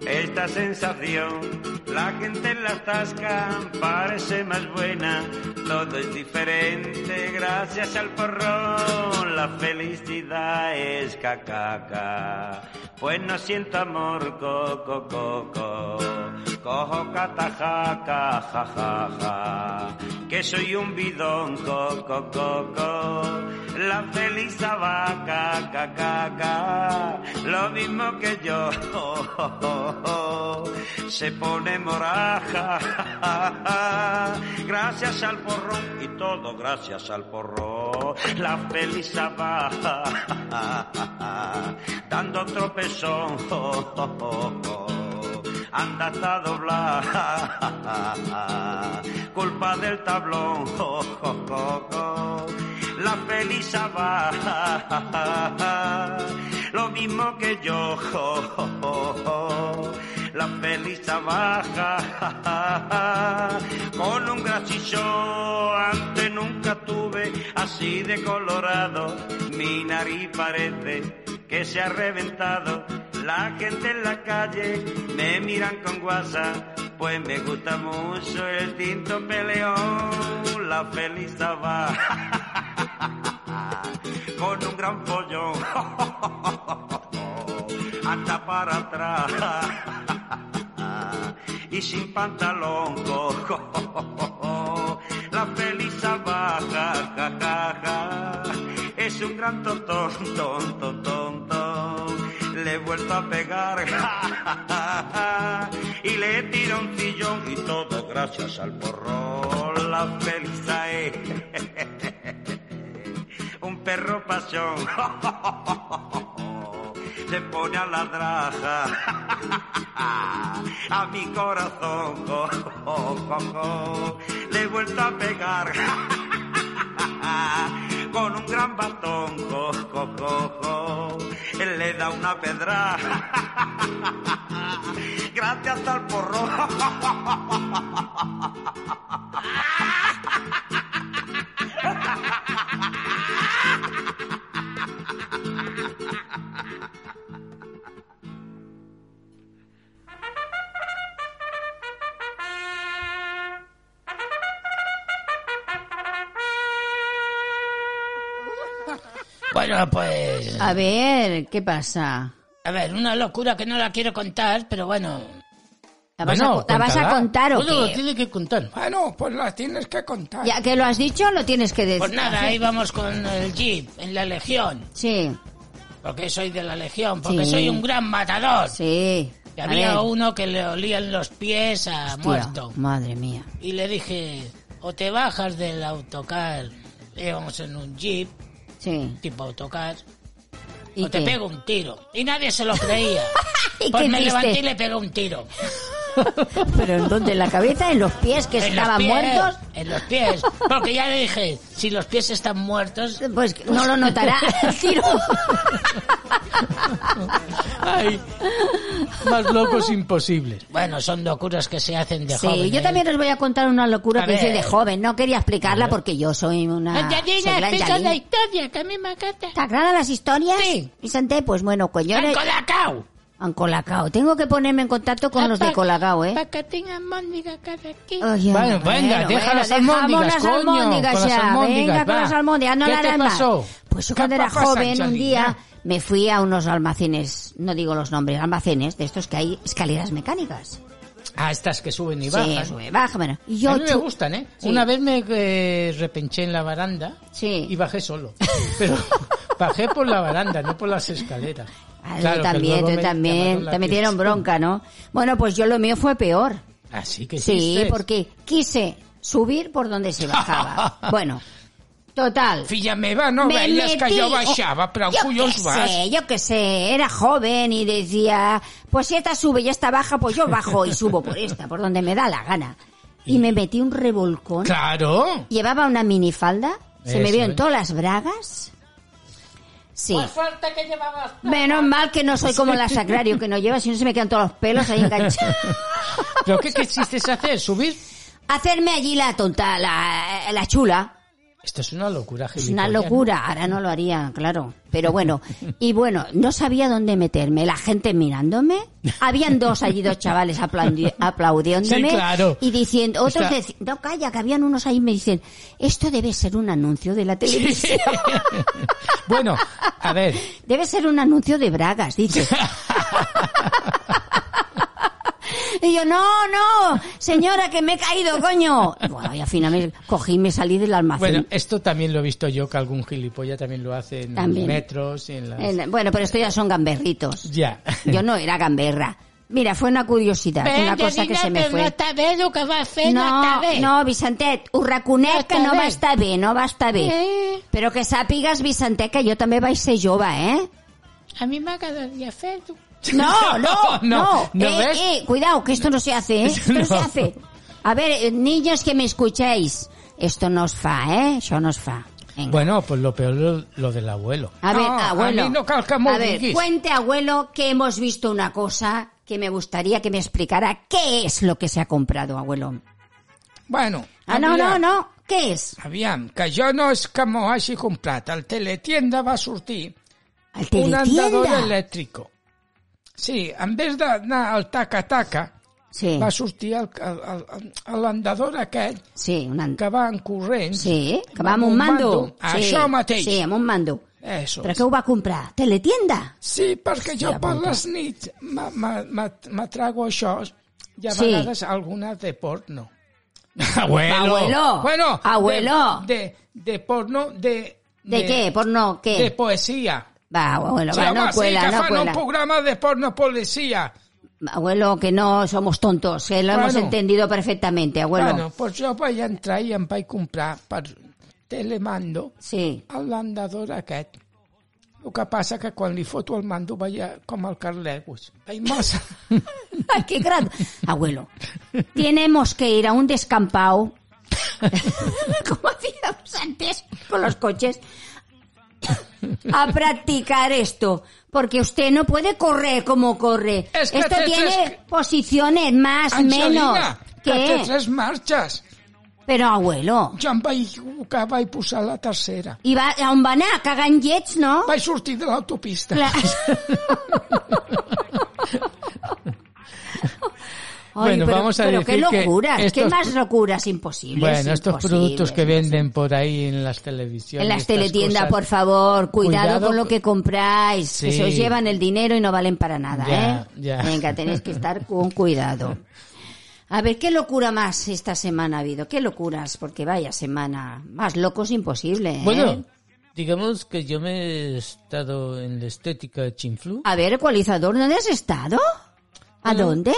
S6: esta sensación. La gente en las tascas parece más buena, todo es diferente gracias al porrón. La felicidad es cacaca, pues no siento amor, coco, coco. Cojo catajaca, jajaja, que soy un bidón, coco, coco. La feliz vaca, cacaca, lo mismo que yo. [laughs] [laughs] Se pone moraja gracias al porrón y todo gracias al porrón. La feliza va [laughs] dando tropezón. Anda hasta doblar, [laughs] culpa del tablón. La feliza [laughs] va, lo mismo que yo. La feliza baja con un gracillo antes nunca tuve así de colorado. Mi nariz parece que se ha reventado. La gente en la calle me miran con guasa, pues me gusta mucho el tinto peleón. La feliza baja con un gran follón hasta para atrás y sin pantalón. co- co- co- co. La feliz baja, ja, ja, ja. es un gran tontón, tontón, tontón. Le he vuelto a pegar ja, ja, ja, ja. y le tiro un sillón y todo gracias al porrón. La feliz es un perro pasión. Se pone a ladrar a mi corazón. Le he vuelto a pegar con un gran batón. Él le da una pedra. Gracias al porro.
S4: Bueno, pues...
S3: A ver, ¿qué pasa?
S4: A ver, una locura que no la quiero contar, pero bueno...
S3: ¿La vas,
S2: Bueno,
S3: a, co- la vas a
S2: cuéntala.
S3: contar o
S2: Bueno, lo
S3: qué?
S2: tiene que contar.
S1: Bueno, pues las tienes que contar.
S3: Ya que lo has dicho, lo tienes que decir.
S4: Pues nada, ahí vamos con el jeep, en la legión.
S3: Sí,
S4: Porque soy de la legión, porque
S3: Sí.
S4: soy un gran matador.
S3: sí.
S4: Y
S3: A
S4: había
S3: ver,
S4: uno que le olían los pies a
S3: tío,
S4: muerto.
S3: Madre mía.
S4: Y le dije, o te bajas del autocar, íbamos en un jeep,
S3: Sí.
S4: tipo autocar,
S3: ¿Y
S4: o te
S3: qué?
S4: pego un tiro. Y nadie se lo creía.
S3: [laughs] ¿Y
S4: pues
S3: qué
S4: me
S3: hiciste?
S4: levanté y le pegué un tiro.
S3: Pero en dónde en la cabeza, en los pies que
S4: en
S3: estaban
S4: los pies,
S3: muertos,
S4: En
S3: [laughs]
S4: los pies. Porque ya le dije, si los pies están muertos,
S3: pues no lo
S4: [laughs]
S3: notará el tiro.
S2: Ay, más locos imposibles.
S4: bueno, son locuras que se hacen de
S3: Sí,
S4: jóvenes.
S3: yo también os voy a contar una locura
S4: A
S3: que hice
S4: ver.
S3: de joven. No quería explicarla porque yo soy una. ah, soy la Angelina.
S4: historia, que a mí me encanta.
S3: ¿Te agradan las historias?
S4: Sí.
S3: Vicente, pues bueno, pues yo...
S4: ¡Tan
S3: le-
S4: colacao!
S3: Han Colacao. Tengo que ponerme en contacto con los de Colacao, ¿eh?
S4: que tengan mándiga cada aquí.
S3: Ay,
S2: Bueno,
S3: bueno,
S2: venga,
S3: bueno,
S2: deja las
S3: dejamos
S2: almóndigas,
S3: las
S2: coño,
S3: almóndigas
S2: con las
S3: ya.
S2: almóndigas,
S3: Venga, con
S2: va.
S3: las almóndigas, no
S2: ¿Qué
S3: la
S2: te
S3: harán más.
S2: pasó?
S3: Pues yo
S2: ¿Qué
S3: cuando era
S2: pasa,
S3: joven, un día
S2: Angelina?
S3: me fui a unos almacenes, no digo los nombres, almacenes de estos que hay escaleras mecánicas.
S2: Ah, estas que suben
S3: sí,
S2: y bajan.
S3: sube, baja, bueno. Y yo
S2: a mí me
S3: chu-
S2: gustan, ¿eh?
S3: Sí.
S2: Una vez me eh, repenché en la baranda
S3: Sí.
S2: y
S3: [laughs]
S2: bajé solo. Pero bajé por la baranda, no por las escaleras.
S3: Ah,
S2: Claro
S3: yo
S2: que
S3: también,
S2: luego
S3: yo
S2: me llamaron
S3: también.
S2: la
S3: Te metieron
S2: atención.
S3: bronca, ¿no? Bueno, pues yo lo mío fue peor.
S2: Así Ah, que
S3: Sí,
S2: hiciste.
S3: porque quise subir por donde se bajaba. bueno, total.
S1: Filla me va, no
S3: me
S1: veias que
S3: metí- oh,
S1: jo baixava, però
S3: yo
S1: collons
S3: qué
S1: vas?
S3: Sé, yo qué sé, era joven y decía, pues si esta sube y esta baja, pues yo bajo y subo por esta, por donde me da la gana. Y me metí un revolcón.
S1: Claro.
S3: Llevaba una minifalda, se me
S2: Eso
S3: vieron
S2: es.
S3: todas las bragas. Sí.
S4: suerte que llevabas.
S3: Menos mal que no soy como la Sacrario que no lleva, si no se me quedan todos los pelos ahí enganchados.
S2: ¿Pero qué quisiste hacer? ¿Subir?
S3: Hacerme allí la tonta, la, la chula.
S2: Esto es una locura,
S3: Es una
S2: gilipollas,
S3: locura, ahora no lo haría, claro. Pero bueno, y bueno, no sabía dónde meterme, la gente mirándome. Habían dos allí, dos chavales aplaudi- aplaudiéndome
S2: Sí, claro.
S3: y diciendo, otros
S2: Está-
S3: deci- no, calla, que habían unos ahí y me dicen, esto debe ser un anuncio de la televisión,
S2: ¿no? Bueno, a ver,
S3: [laughs] debe ser un anuncio de bragas,
S4: [laughs]
S3: dice. Y yo, no, no, señora, que me he caído, coño. Y Bueno, y al final me cogí y me salí del almacén.
S2: bueno, esto también lo he visto yo, que algún gilipollas también lo hace en
S3: También.
S2: los metros y en las...
S3: En- bueno, pero esto ya son gamberritos.
S2: Ya.
S3: Yo no era gamberra. Mira, fue una curiosidad,
S4: Però,
S3: una cosa que
S4: Angelina,
S3: se me
S4: però
S3: fue.
S4: no està bé el que va fer, no, Eh,
S3: no,
S4: està bé.
S3: no, Vicentet, ho reconec
S4: No està
S3: que no va
S4: bé.
S3: estar bé, no va estar bé.
S4: Eh.
S3: Però que sàpigues, Vicentet, que jo també vaig ser jove, eh?
S4: A mi m'agradaria fer-ho.
S1: [laughs]
S2: [laughs]
S3: No, no, no.
S2: No, ¿no
S3: eh,
S2: ves?
S3: eh, cuidado, que esto no se hace, ¿eh? Esto no, se
S1: [laughs]
S2: No.
S3: hace. A ver, eh, niños que me escuchéis, esto nos fa, ¿eh? Yo nos fa. Venga.
S2: Bueno, pues lo peor lo, lo del abuelo.
S3: a ver,
S1: No, a
S3: abuelo.
S1: mí no calca muy
S3: a ver,
S1: bien.
S3: cuente, abuelo, que hemos visto una cosa que me gustaría que me explicara qué es lo que se ha comprado, abuelo.
S1: Bueno,
S3: Ah, no,
S1: aviam,
S3: no, no. Què és?
S1: Aviam, que jo no és que m'ho hagi comprat. Al teletienda va sortir
S3: El
S1: un andador
S3: teletienda.
S1: elèctrico. Sí, en vez d'anar al taca-taca,
S3: Sí,
S1: va sortir el- el- el- el- l'andador aquell
S3: sí, un andador.
S1: que va en corrents.
S3: Sí, que va amb un mando. Sí,
S1: Això mateix.
S3: Sí, amb un mando.
S1: Això.
S3: Però què ho va comprar? Teletienda?
S1: Sí, perquè jo
S3: Hòstia
S1: per
S3: puta.
S1: les nits ma- ma- ma- m'atrago això i a
S3: Sí.
S1: vegades alguna de porno. [laughs]
S2: Abuelo.
S3: Abuelo.
S1: Bueno,
S3: Abuelo.
S1: De, de, de porno, de...
S3: ¿De qué? ¿Porno qué?
S1: De poesía.
S3: Va, abuelo,
S1: Se
S3: va,
S1: llama
S3: no
S1: así,
S3: cuela,
S1: que
S3: no
S1: fan un
S3: cuela.
S1: programa de porno policía.
S3: Abuelo, que no somos tontos, que lo
S1: Bueno.
S3: hemos entendido perfectamente, abuelo.
S1: Bueno. pues yo vaig entrar i em vaig comprar per telemando
S3: Sí. [laughs]
S1: el l'andador aquest. El que passa que quan li foto el mando veia com el Carl Lewis. Veig massa.
S3: Ay, qué gran... Abuelo, tenemos que ir a un descampado, [laughs] como hacíamos antes con los coches, a practicar esto, porque usted no puede correr como corre.
S1: Es que
S3: esto
S1: te-
S3: tiene
S1: es que-
S3: posiciones más, menos.
S1: Angelina, que té
S3: ¿Qué?
S1: tres marxes.
S3: Però, abuelo,
S1: Jo em vaig equivocar, vaig posar la tercera.
S3: i va, on va anar? Cagant llets, no?
S1: Vaig sortir de l'autopista.
S2: [laughs]
S3: Clar. Ay,
S2: Bueno,
S3: pero,
S2: vamos a
S3: pero
S2: decir
S3: qué
S2: que
S3: locuras, qué
S2: estos-
S3: más locuras imposibles.
S2: Bueno, estos
S3: imposibles,
S2: productos que
S3: imposibles.
S2: venden por ahí en las televisiones.
S3: En las
S2: estas
S3: teletiendas,
S2: cosas,
S3: por favor, cuidado,
S2: Cuidado
S3: con lo que compráis, que se os
S2: Sí.
S3: llevan el dinero y no valen para nada,
S2: Ya,
S3: ¿eh?
S2: ya.
S3: Venga, tenéis que estar con cuidado. A ver, ¿qué locura más esta semana ha habido? ¿Qué locuras? Porque vaya semana, más locos imposible, ¿eh?
S2: Bueno, digamos que yo me he estado en la estética de Chinflu.
S3: A ver, ecualizador, ¿dónde has estado? ¿A dónde?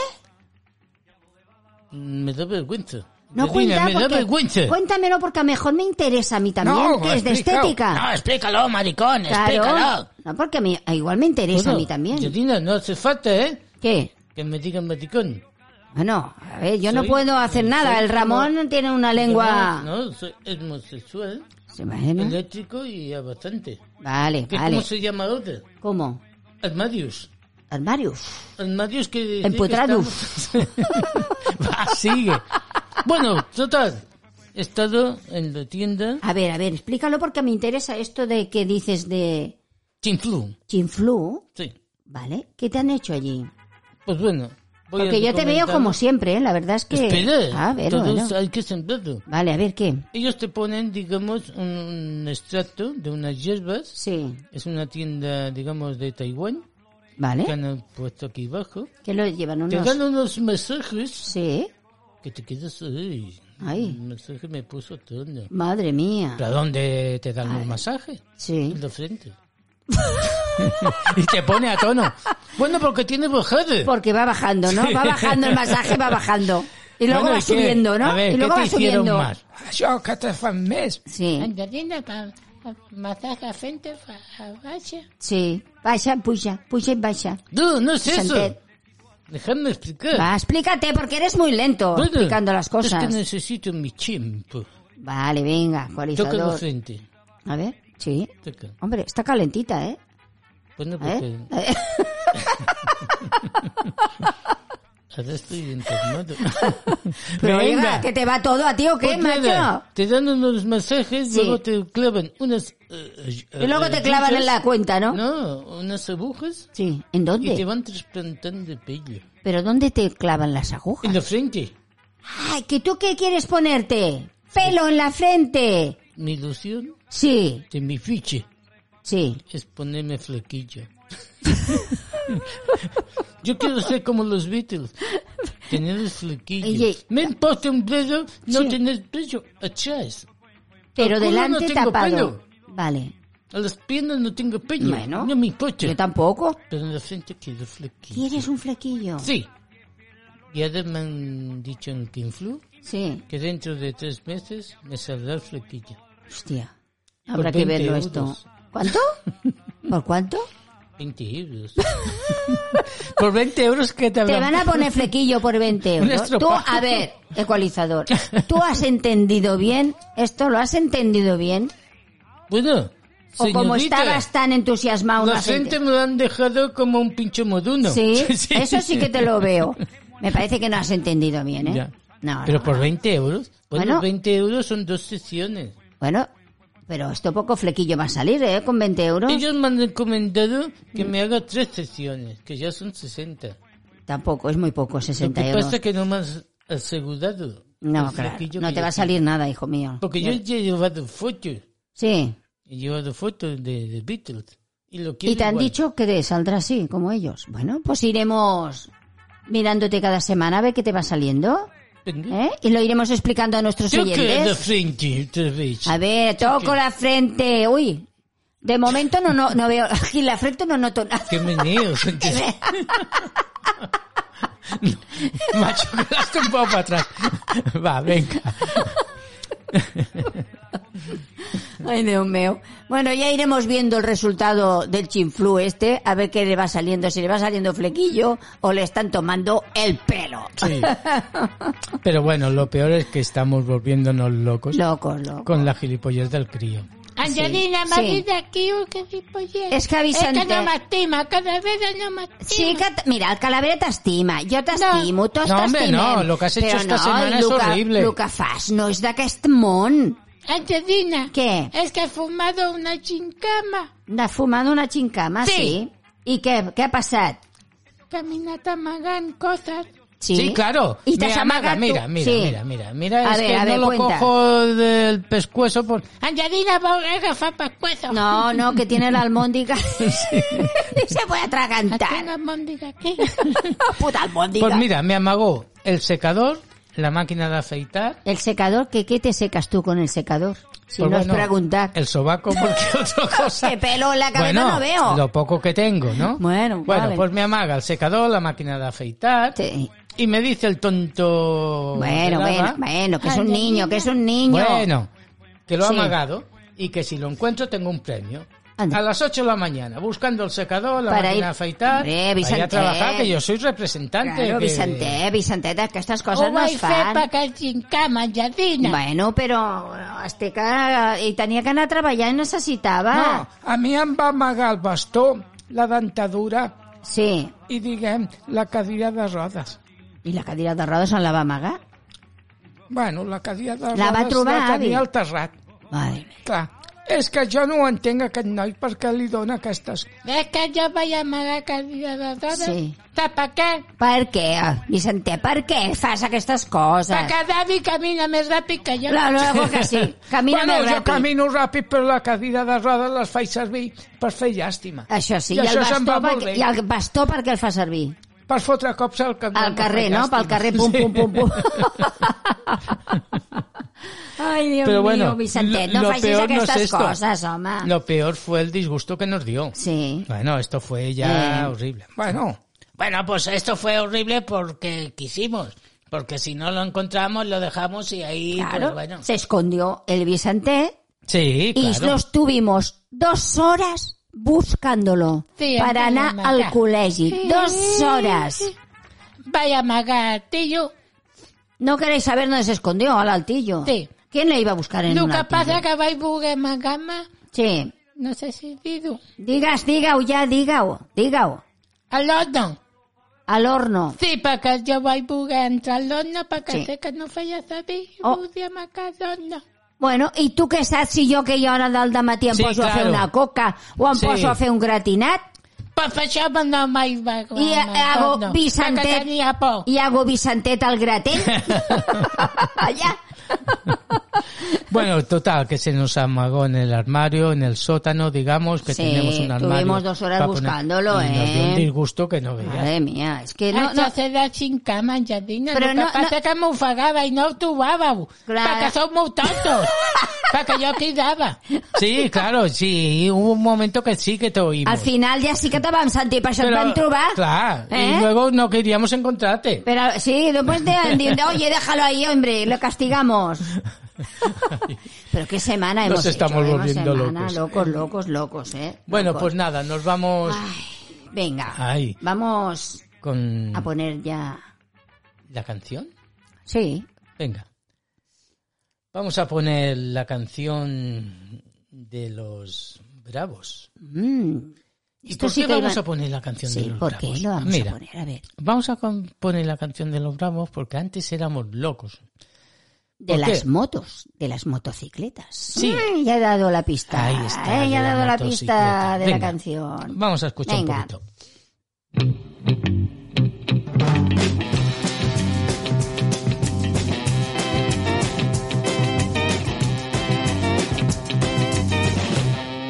S2: Me da vergüenza.
S3: No
S2: Medina,
S3: cuenta
S2: me da
S3: porque-
S2: vergüenza.
S3: Cuéntamelo porque a lo mejor me interesa a mí también,
S1: No,
S3: que es de
S1: explica.
S3: estética.
S2: Ah,
S4: No, explícalo, maricón,
S3: claro.
S4: explícalo.
S3: No, porque a mí, a igual me interesa
S2: Bueno,
S3: a mí también.
S2: Yadina, no hace falta, ¿eh?
S3: ¿Qué?
S2: Que me digan maticón.
S3: Bueno, a ver, yo no
S2: Soy-
S3: puedo hacer nada.
S2: soy
S3: El Ramón tiene una lengua...
S2: No, no, soy homosexual,
S3: Sí, bueno.
S2: eléctrico y abastante.
S3: Vale,
S2: ¿Qué,
S3: vale.
S2: ¿Cómo se llama ahora?
S3: ¿Cómo?
S2: Armadios.
S3: Armarios.
S2: Armadios que... decir que
S3: Empotrados.
S2: [laughs] estamos- Va, sigue. Bueno, total. He estado en la tienda
S3: A ver, a ver, explícalo porque me interesa esto de que dices de
S2: Chinflu.
S3: Chinflu,
S2: Sí.
S3: ¿vale? ¿Qué te han hecho allí?
S2: Pues bueno. voy a
S3: Porque yo te veo
S2: recomendar-
S3: como siempre, ¿eh? la verdad es que...
S2: Espera,
S3: a ver,
S2: todos
S3: bueno.
S2: hay que sembrarlo.
S3: Vale, a ver, ¿qué?
S2: Ellos te ponen, digamos, un, un extracto de unas hierbas.
S3: Sí,
S2: Es una tienda, digamos, de Taiwán, que
S3: ¿vale?
S2: han puesto aquí abajo.
S3: ¿Qué lo llevan
S2: Te
S3: ¿Eh? unos...?
S2: dan unos masajes
S3: Sí,
S2: que te quedas ahí.
S3: Ay.
S2: El masaje me puso todo.
S3: madre mía.
S2: ¿Para dónde te dan los masajes?
S3: Sí.
S2: En la frente. [laughs] y te pone a tono. Bueno, porque tienes bajada.
S3: Porque va bajando, ¿no? Va bajando el masaje, va bajando. Y luego
S2: Bueno,
S3: va
S2: ¿y qué?
S3: subiendo, ¿no?
S2: A ver,
S3: y luego
S2: ¿qué
S3: va
S2: te hicieron
S3: subiendo.
S2: más?
S1: Això que te fan més.
S3: Sí,
S4: Angelina, pa, pa, masaje a frente, fa- a base.
S3: sí. Baixa, puja, puja y baixa.
S2: No, no es eso.
S3: Santet.
S2: Dejadme explicar.
S3: Va, explícate, porque eres muy lento
S2: Bueno,
S3: explicando las cosas.
S2: Es que necesito mi tiempo.
S3: Vale, venga,
S2: Toca la
S3: actualizador.
S2: frente.
S3: A ver, sí.
S2: Toca.
S3: Hombre, está calentita, ¿eh?
S2: Bueno,
S3: A ver.
S2: porque
S3: [laughs]
S2: ahora
S3: [laughs]
S2: estoy entornado.
S3: Pero venga, que te va todo a ti o qué,
S2: Pues nada,
S3: macho.
S2: Te dan unos masajes,
S3: Sí.
S2: luego te clavan unas... eh, eh,
S3: Y luego te clavan en la
S2: agujas.
S3: cuenta, ¿no?
S2: No, unas agujas
S3: Sí. ¿En
S2: y te
S3: dónde?
S2: van trasplantando pelo.
S3: ¿Pero dónde te clavan las agujas?
S2: En la frente.
S3: Ay, que tú qué quieres ponerte? Pelo en la frente.
S2: Mi ilusión
S3: Sí,
S2: de mi fiche
S3: sí.
S2: es ponerme flequillo. [laughs] Yo quiero ser como los Beatles. Tener el flequillo.
S3: Oye.
S2: Me importa un dedo no
S3: Sí.
S2: tener pecho. Atrás.
S3: Pero
S2: Con uno
S3: delante
S2: tengo
S3: tapado.
S2: pelo.
S3: Vale.
S2: A las piernas no tengo peña.
S3: Bueno,
S2: No me importa.
S3: Yo tampoco.
S2: Pero en la frente queda flequillo.
S3: ¿Quieres un flequillo?
S2: Sí. Y ahora me han dicho en Kinflu
S3: Sí.
S2: que dentro de tres meses me saldrá el flequillo.
S3: Hostia.
S2: Por
S3: Habrá que
S2: 20
S3: verlo
S2: euros.
S3: esto.
S2: [laughs]
S3: ¿Cuánto? ¿Por cuánto?
S2: 20 euros. [laughs] Por 20 euros que te
S3: Te
S2: habrán
S3: van a poner flequillo por 20
S2: [laughs] Un
S3: euros. Tú,
S2: estropajo.
S3: a ver, ecualizador, ¿tú has entendido bien? ¿Esto lo has entendido bien?
S2: Bueno,
S3: ¿O como
S2: señorita,
S3: estabas tan entusiasmado? no
S2: la
S3: has
S2: gente
S3: ente-
S2: me lo han dejado como un pincho moduno. [laughs]
S3: ¿Sí? eso sí que te lo veo. Me parece que no has entendido bien, ¿eh?
S2: Ya.
S3: No,
S2: Pero
S3: no,
S2: por
S3: no.
S2: 20 euros. Bueno,
S3: Bueno.
S2: 20 euros son dos sesiones.
S3: Bueno, pero esto poco flequillo va a salir, ¿eh? Con 20 euros.
S2: Ellos me han recomendado que me haga tres sesiones, que ya son 60.
S3: Tampoco, es muy poco,
S2: Lo
S3: 60
S2: que
S3: euros.
S2: pasa es que no me has asegurado.
S3: No,
S2: el
S3: claro,
S2: flequillo
S3: no
S2: que
S3: te
S2: yo
S3: va a salir nada, hijo mío.
S2: tengo. Porque yo ya he llevado fotos.
S3: Sí.
S2: He llevado fotos de, de Beatles. Y, lo quiero
S3: Y te han
S2: igual.
S3: dicho que te saldrá así, como ellos. Bueno, pues iremos mirándote cada semana a ver qué te va saliendo. ¿eh? Y lo iremos explicando a nuestros
S2: Yo que de
S3: oyentes.
S2: frente, otra vez.
S3: A ver, toco la frente. Uy, de momento no, no, no veo. [laughs] Y la frente no noto nada.
S2: Qué [laughs] meneos.
S3: [laughs]
S2: No, macho, que la has tumbado para atrás. [laughs] Va, venga.
S3: [laughs] Ay, Dios mío. Bueno, ya iremos viendo el resultado del chinflu este, a ver qué le va saliendo. Si le va saliendo flequillo o le están tomando el pelo.
S2: Sí. Pero bueno, lo peor es que estamos volviéndonos locos
S3: Locos, locos.
S2: con la gilipollez del crío.
S4: Angelina
S3: Sí.
S4: María de aquí, uy, qué gilipollez.
S3: És que, Vicente-
S4: És que no m'estima, cada vez no m'estima.
S3: Sí que t- mira, el Calavera t'estima, jo t'estimo, no. tots
S2: No, home,
S3: t'estimem.
S2: no, lo que has hecho
S3: Però
S2: esta
S3: no,
S2: semana
S3: i lo
S2: es
S3: que-
S2: horrible.
S3: Lo que fas no és d'aquest món.
S4: Angelina,
S3: Què?
S4: es que he fumado una chincama.
S3: De fumar d'una xincama, sí.
S4: Sí.
S3: sí. I què, què ha passat?
S4: Caminat amagant coses.
S3: Sí,
S2: claro.
S3: I
S2: me
S3: t'has amagat
S2: amaga,
S3: tu.
S2: mira, mira,
S3: Sí.
S2: mira, mira, mira.
S3: A
S2: es
S3: ver,
S2: que
S3: a
S2: no
S3: ver,
S2: lo
S3: cuenta.
S2: cojo del pescuezo por...
S4: Angelina va a agafar pescuezo.
S3: No, no, que tiene la
S2: [laughs]
S3: almóndiga. [laughs] y se puede atragantar.
S4: Tenga móndiga aquí.
S3: Puta almóndiga.
S2: Pues mira, me amagó el secador, la máquina de afeitar...
S3: El secador, ¿qué, ¿qué te secas tú con el secador? Si
S2: pues
S3: no
S2: bueno,
S3: es preguntar.
S2: El sobaco, porque [laughs] otra cosa...
S3: Que pelo en la cabeza
S2: Bueno,
S3: no veo.
S2: lo poco que tengo, ¿no?
S3: Bueno, vale.
S2: pues me amaga el secador, la máquina de afeitar...
S3: Sí.
S2: Y me dice el tonto... de
S3: Bueno, bueno,
S2: lava,
S3: bueno, que es un niño, que es un niño.
S2: Bueno, que lo ha
S3: Sí.
S2: amagado y que si lo encuentro tengo un premio.
S3: Anda.
S2: A las 8 de la mañana, buscando el secador, la
S3: Para
S2: máquina
S3: ir-
S2: de afeitar,
S3: Hombre,
S2: para ir
S3: Vicente.
S2: a trabajar, que yo soy representante.
S3: Claro,
S2: que-
S3: Vicentet, Vicentet, aquestes [laughs] coses
S4: Ho
S3: no
S4: vaig
S3: es
S4: fer
S3: fan.
S4: perquè xincama, Angelina.
S3: Bueno, però es té que... I tenia que anar a treballar i necessitava...
S1: No, a mi em va amagar el bastó, la dentadura
S3: Sí.
S1: i, diguem, la cadira de rodes.
S3: I la cadira de rodes on la va amagar?
S1: Bueno, la cadira de rodes
S3: La va trobar,
S1: la tenia
S3: avi?
S1: al terrat.
S3: Madre mía.
S1: Clar, és que jo no ho entenc, aquest noi, perquè li dona aquestes...
S4: Es que yo voy a amagar cadira de rodes.
S3: Sí.
S4: ¿Sabes para qué?
S3: Per què, Vicentet, per què fas aquestes coses?
S4: Para que David camina més ràpid que jo.
S3: La, luego que
S2: [laughs]
S3: sí. Camina
S1: bueno,
S3: bueno, més
S1: jo
S3: ràpid.
S1: camino ràpid, però la cadira de rodes les faig servir per fer llàstima.
S3: Això sí,
S1: I,
S3: i, el
S1: això se'm
S3: bastó,
S1: va molt
S3: perquè,
S1: bé.
S3: i el bastó per què el fa servir?
S1: Per fotre cops al, ca-
S3: Al carrer,
S1: per
S3: no? Pel
S1: llàstima.
S3: carrer, pum, pum, pum, pum.
S2: [laughs]
S3: [laughs] Ai, Dios
S2: Pero bueno,
S3: mío, Vicentet, no
S2: lo- lo
S3: facis
S2: peor no es
S3: aquestes
S2: esto.
S3: coses, home.
S2: Lo peor fue el disgusto que nos dio.
S3: Sí.
S2: Bueno, esto fue ya
S3: Eh.
S2: horrible.
S1: Bueno,
S4: Bueno, pues esto fue horrible porque quisimos. Porque si no lo encontramos, lo dejamos y ahí,
S3: Claro,
S4: pues bueno.
S3: se escondió el Vicente
S2: Sí,
S3: y
S2: claro.
S3: nos tuvimos dos horas buscándolo
S4: Sí,
S3: para
S4: en
S3: anar
S4: Panamá.
S3: al col·legi. Dos horas.
S4: Vaya a amagar, tío.
S3: No queréis saber dónde se escondió al altillo.
S4: Sí.
S3: ¿Quién le iba a buscar en un
S4: Nunca
S3: altillo?
S4: pasa que vais a amagar más.
S3: Sí.
S4: No sé si digo.
S3: Digas, diga-ho ja, diga-ho, diga-ho.
S4: Al horno.
S3: Al horno.
S4: Sí, perquè jo vaig voler entrar al horno perquè
S3: Sí.
S4: sí. sé que no feia servir i
S3: Oh.
S4: oh. volia amagar l'horno.
S3: Bueno, i tu què saps si jo aquella hora del matí em
S2: Sí,
S3: poso a fer
S2: claro.
S3: una coca o em
S2: Sí.
S3: poso a fer un gratinat?
S4: Pues per això no mai va amagar
S3: I eh, hago
S4: l'horno,
S3: Vicentet,
S4: Perquè tenia por. [laughs]
S3: [laughs] i hago Vicentet al gratet. Allà.
S2: Bueno, total, que se nos amagó en el armario, en el sótano, digamos, que
S3: Sí,
S2: tenemos un armario.
S3: tuvimos dos horas
S2: pa' poner-
S3: buscándolo,
S2: y Nos dio un
S3: ¿eh?
S2: disgusto que no veías.
S3: Madre mía, es que eh, no,
S4: No,
S3: no,
S4: se da sin cama, Angelina.
S3: Pero
S4: Pero
S3: no-
S4: no, pasa
S3: no-
S4: que me ofegava i no actuava.
S3: Clar.
S4: Perquè sou molt tontos. perquè jo cridava.
S2: Sí, claro, sí, hubo un momento que sí que te oímos.
S3: al final ja sí que te vam sentir, per això et vam trobar.
S2: Claro,
S3: Eh?
S2: y luego no queríamos encontrarte.
S3: Pero sí, después te han dicho, oye, déjalo ahí, hombre, lo
S2: [laughs]
S3: castigamos. Pero qué semana hemos
S2: Nos estamos
S3: hecho, ¿eh? Una
S2: volviendo
S3: semana,
S2: locos.
S3: Locos, locos, locos, ¿eh?
S2: Bueno,
S3: Locos.
S2: pues nada, nos vamos
S3: Ah. Ay, venga,
S2: Ay.
S3: vamos
S2: con
S3: a poner ya...
S2: la canción.
S3: Sí,
S2: Venga. Vamos a poner la canción de los bravos.
S3: Mm.
S2: ¿Y
S3: Esto
S2: por
S3: sí
S2: qué
S3: que
S2: vamos
S3: iba-
S2: a poner la canción de
S3: Sí,
S2: los
S3: ¿por qué
S2: bravos?
S3: lo vamos
S2: Mira,
S3: a poner? A ver,
S2: vamos a con- poner la canción de los bravos porque antes éramos locos.
S3: de
S2: ¿por qué?
S3: las motos, de las motocicletas.
S2: Sí.
S3: Ay, ya he dado la pista.
S2: Ahí está,
S3: eh, ya he
S2: de la
S3: dado la pista
S2: motocicleta.
S3: de la
S2: Venga,
S3: canción.
S2: Vamos a escuchar
S3: Venga.
S2: un poquito.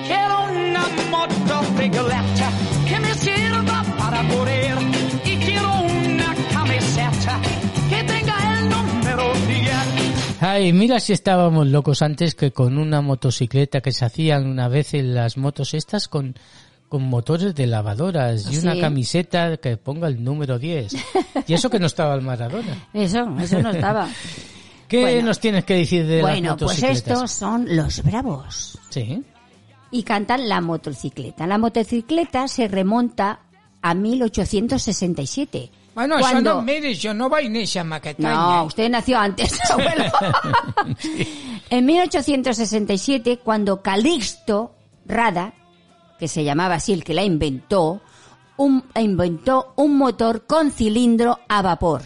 S5: Quiero una moto regoleta que me sirva para correr. Y quiero una camiseta que tenga el número 10.
S2: Ay, mira si estábamos locos antes que con una motocicleta que se hacían una vez en las motos estas con, con motores de lavadoras y
S3: Sí.
S2: una camiseta que ponga el número 10. Y eso que no estaba el Maradona.
S3: Eso, eso no estaba.
S2: [laughs] ¿Qué
S3: Bueno.
S2: nos tienes que decir de
S3: bueno,
S2: las
S3: pues
S2: motocicletas?
S3: estos son los bravos.
S2: Sí.
S3: Y cantan la motocicleta. La motocicleta se remonta a 1867.
S1: Bueno, això
S3: cuando-
S1: no em miris, jo no vaig néixer amb aquest
S3: No,
S1: any.
S3: usted nació
S1: [laughs]
S3: antes, abuelo. en 1867, cuando Calixto Rada, que se llamaba así el que la inventó, un- inventó un motor con cilindro a vapor.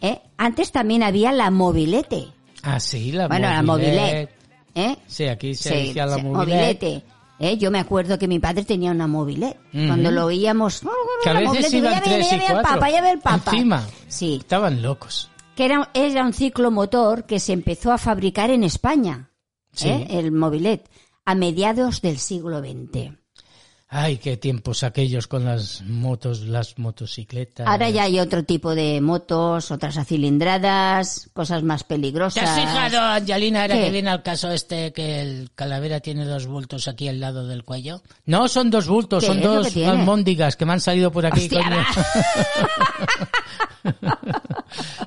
S3: ¿Eh? Antes también había la mobilete.
S2: Ah, sí, la
S3: bueno, la mobilet.
S2: mobilette.
S3: ¿Eh?
S2: Sí, aquí se
S3: Sí,
S2: decía la
S3: sí,
S2: mobilette.
S3: mobilete. ¿Eh? Yo me acuerdo que mi padre tenía una mobilette.
S2: Ujú.
S3: Cuando lo oíamos...
S2: Que a
S3: la
S2: veces
S3: mobilette,
S2: iban
S3: ya viene,
S2: tres
S3: ya
S2: y
S3: viene el
S2: cuatro.
S3: papa, ya viene el papa.
S2: Encima.
S3: Sí,
S2: Estaban locos.
S3: que era, era un ciclomotor que se empezó a fabricar en España,
S2: Sí.
S3: ¿eh? el Mobilet, a mediados del siglo XX.
S2: Ay, qué tiempos aquellos con las motos, las motocicletas.
S3: Ahora ya hay otro tipo de motos, otras acilindradas, cosas más
S4: ¿Te has fijado,
S3: peligrosas.
S4: Angelina, ahora
S3: ¿Qué?
S4: que viene al caso este que el calavera tiene dos bultos aquí al lado del cuello?
S2: No, son dos bultos,
S3: ¿Qué
S2: son
S3: es lo que
S2: dos
S3: tiene?
S2: almóndigas que me han salido por aquí.
S3: Hostia,
S2: coño.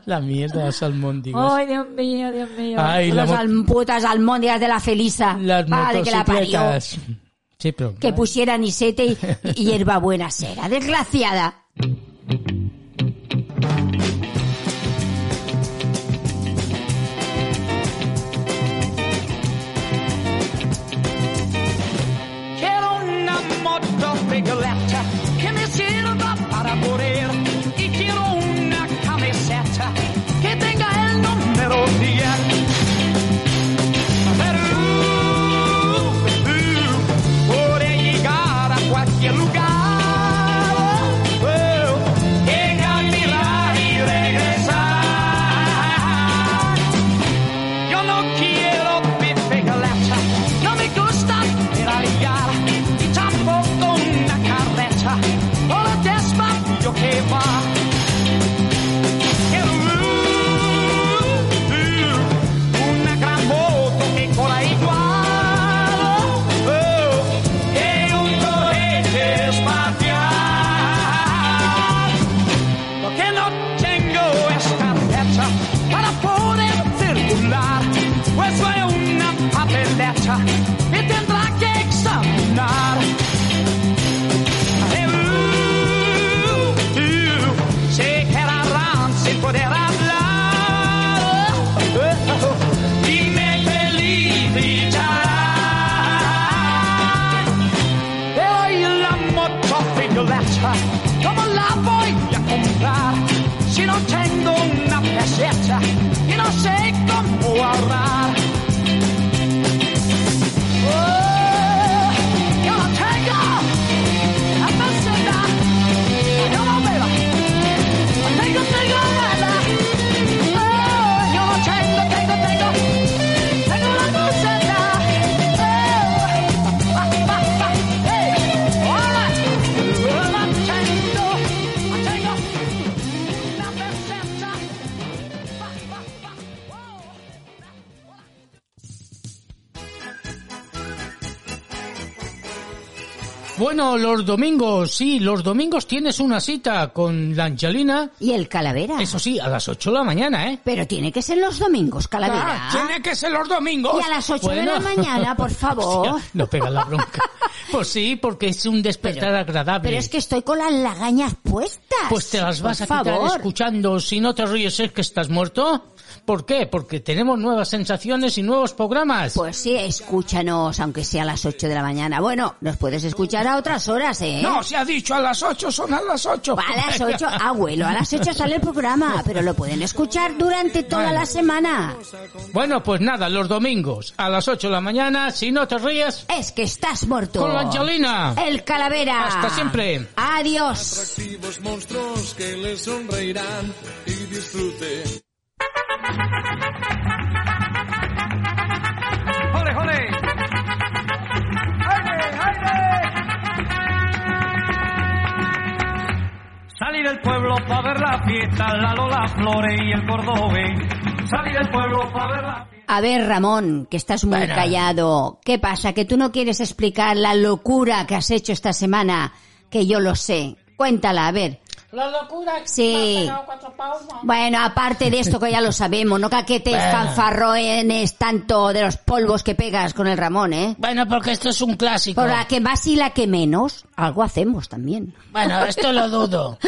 S2: la mierda de las almóndigas.
S3: Ay, Dios mío, Dios mío.
S2: Ay, la
S3: Las
S2: mo-
S3: al- putas almóndigas de la Felisa.
S2: las
S3: Madre que la parió.
S2: motocicletas. Sí, pero...
S3: Que pusiera nisete y, y
S2: [laughs]
S3: hierbabuena cera. Desgraciada.
S5: Quiero una moto regoleta que me sirva para correr. Y quiero una camiseta que tenga el número 10. Perú, Perú, podré uh, llegar a cualquier lugar. Oh, oh, caminar y regresar. Yo no quiero pipigalacha, no me gusta pedalear, y tampoco una carreta, o la despacio que va. Quiero uh, uh, una gran moto que corra igual, oh, oh, que un cohete espacial. Porque no tengo escaleta para poder circular. Pues soy una papeleta y tendrá que examinar. Eh, uh, uh, se quedarán sin poder hablar. Oh, oh, oh, y me felicitarán. Hoy la moto violeta, ¿cómo la voy a comprar? Si no tengo una peseta y no sé cómo ahorrar. Oh,
S2: Bueno, los domingos, sí, los domingos tienes una cita con la Angelina.
S3: ¿Y el calavera?
S2: Eso sí, a las 8 de la mañana, ¿eh?
S3: Pero tiene que ser los domingos, calavera.
S1: Ah, tiene que ser los domingos.
S3: Y a las 8 de la
S2: Bueno.
S3: mañana, por favor.
S2: Hostia, [laughs] no pega la bronca.
S3: [laughs]
S2: Pues sí, porque es un despertar agradable.
S3: Pero es que estoy con las lagañas puestas.
S2: Pues te las vas
S3: por
S2: a quitar
S3: favor.
S2: escuchando. Si no te ríes es que estás muerto. ¿Por qué? Porque tenemos nuevas sensaciones y nuevos programas.
S3: Pues sí, escúchanos, aunque sea a las 8 de la mañana. Bueno, nos puedes escuchar a otras horas, ¿eh?
S1: No, se ha dicho a las 8, son a las 8.
S3: A las 8, abuelo, a las 8 sale el programa, pero lo pueden escuchar durante toda la semana.
S2: Bueno, pues nada, los domingos a las 8 de la mañana, si no te ríes,
S3: Es que estás muerto.
S2: con la Angelina.
S3: El calavera.
S2: Hasta siempre.
S3: Adiós.
S7: atractivos monstruos que le sonreirán y disfrute.
S5: ¡Ole, ole! ¡Aire, aire! Salí del pueblo para ver la fiesta, la Lola Flores y el Cordobés. Salí del pueblo para ver la fiesta.
S3: A ver, Ramón, que estás muy callado. ¿Qué pasa? ¿Que tú no quieres explicar la locura que has hecho esta semana? Que yo lo sé. Cuéntala, a ver.
S4: La locura que
S3: Sí.
S4: me ha pegado cuatro pa' uno.
S3: Bueno, aparte de esto que ya lo sabemos, no caquetes, fanfarrones tanto de los polvos que pegas con el Ramón, ¿eh?
S4: Bueno, porque esto es un clásico.
S3: Por la que más y la que menos, algo hacemos también.
S4: Bueno, esto
S3: [laughs]
S4: lo dudo.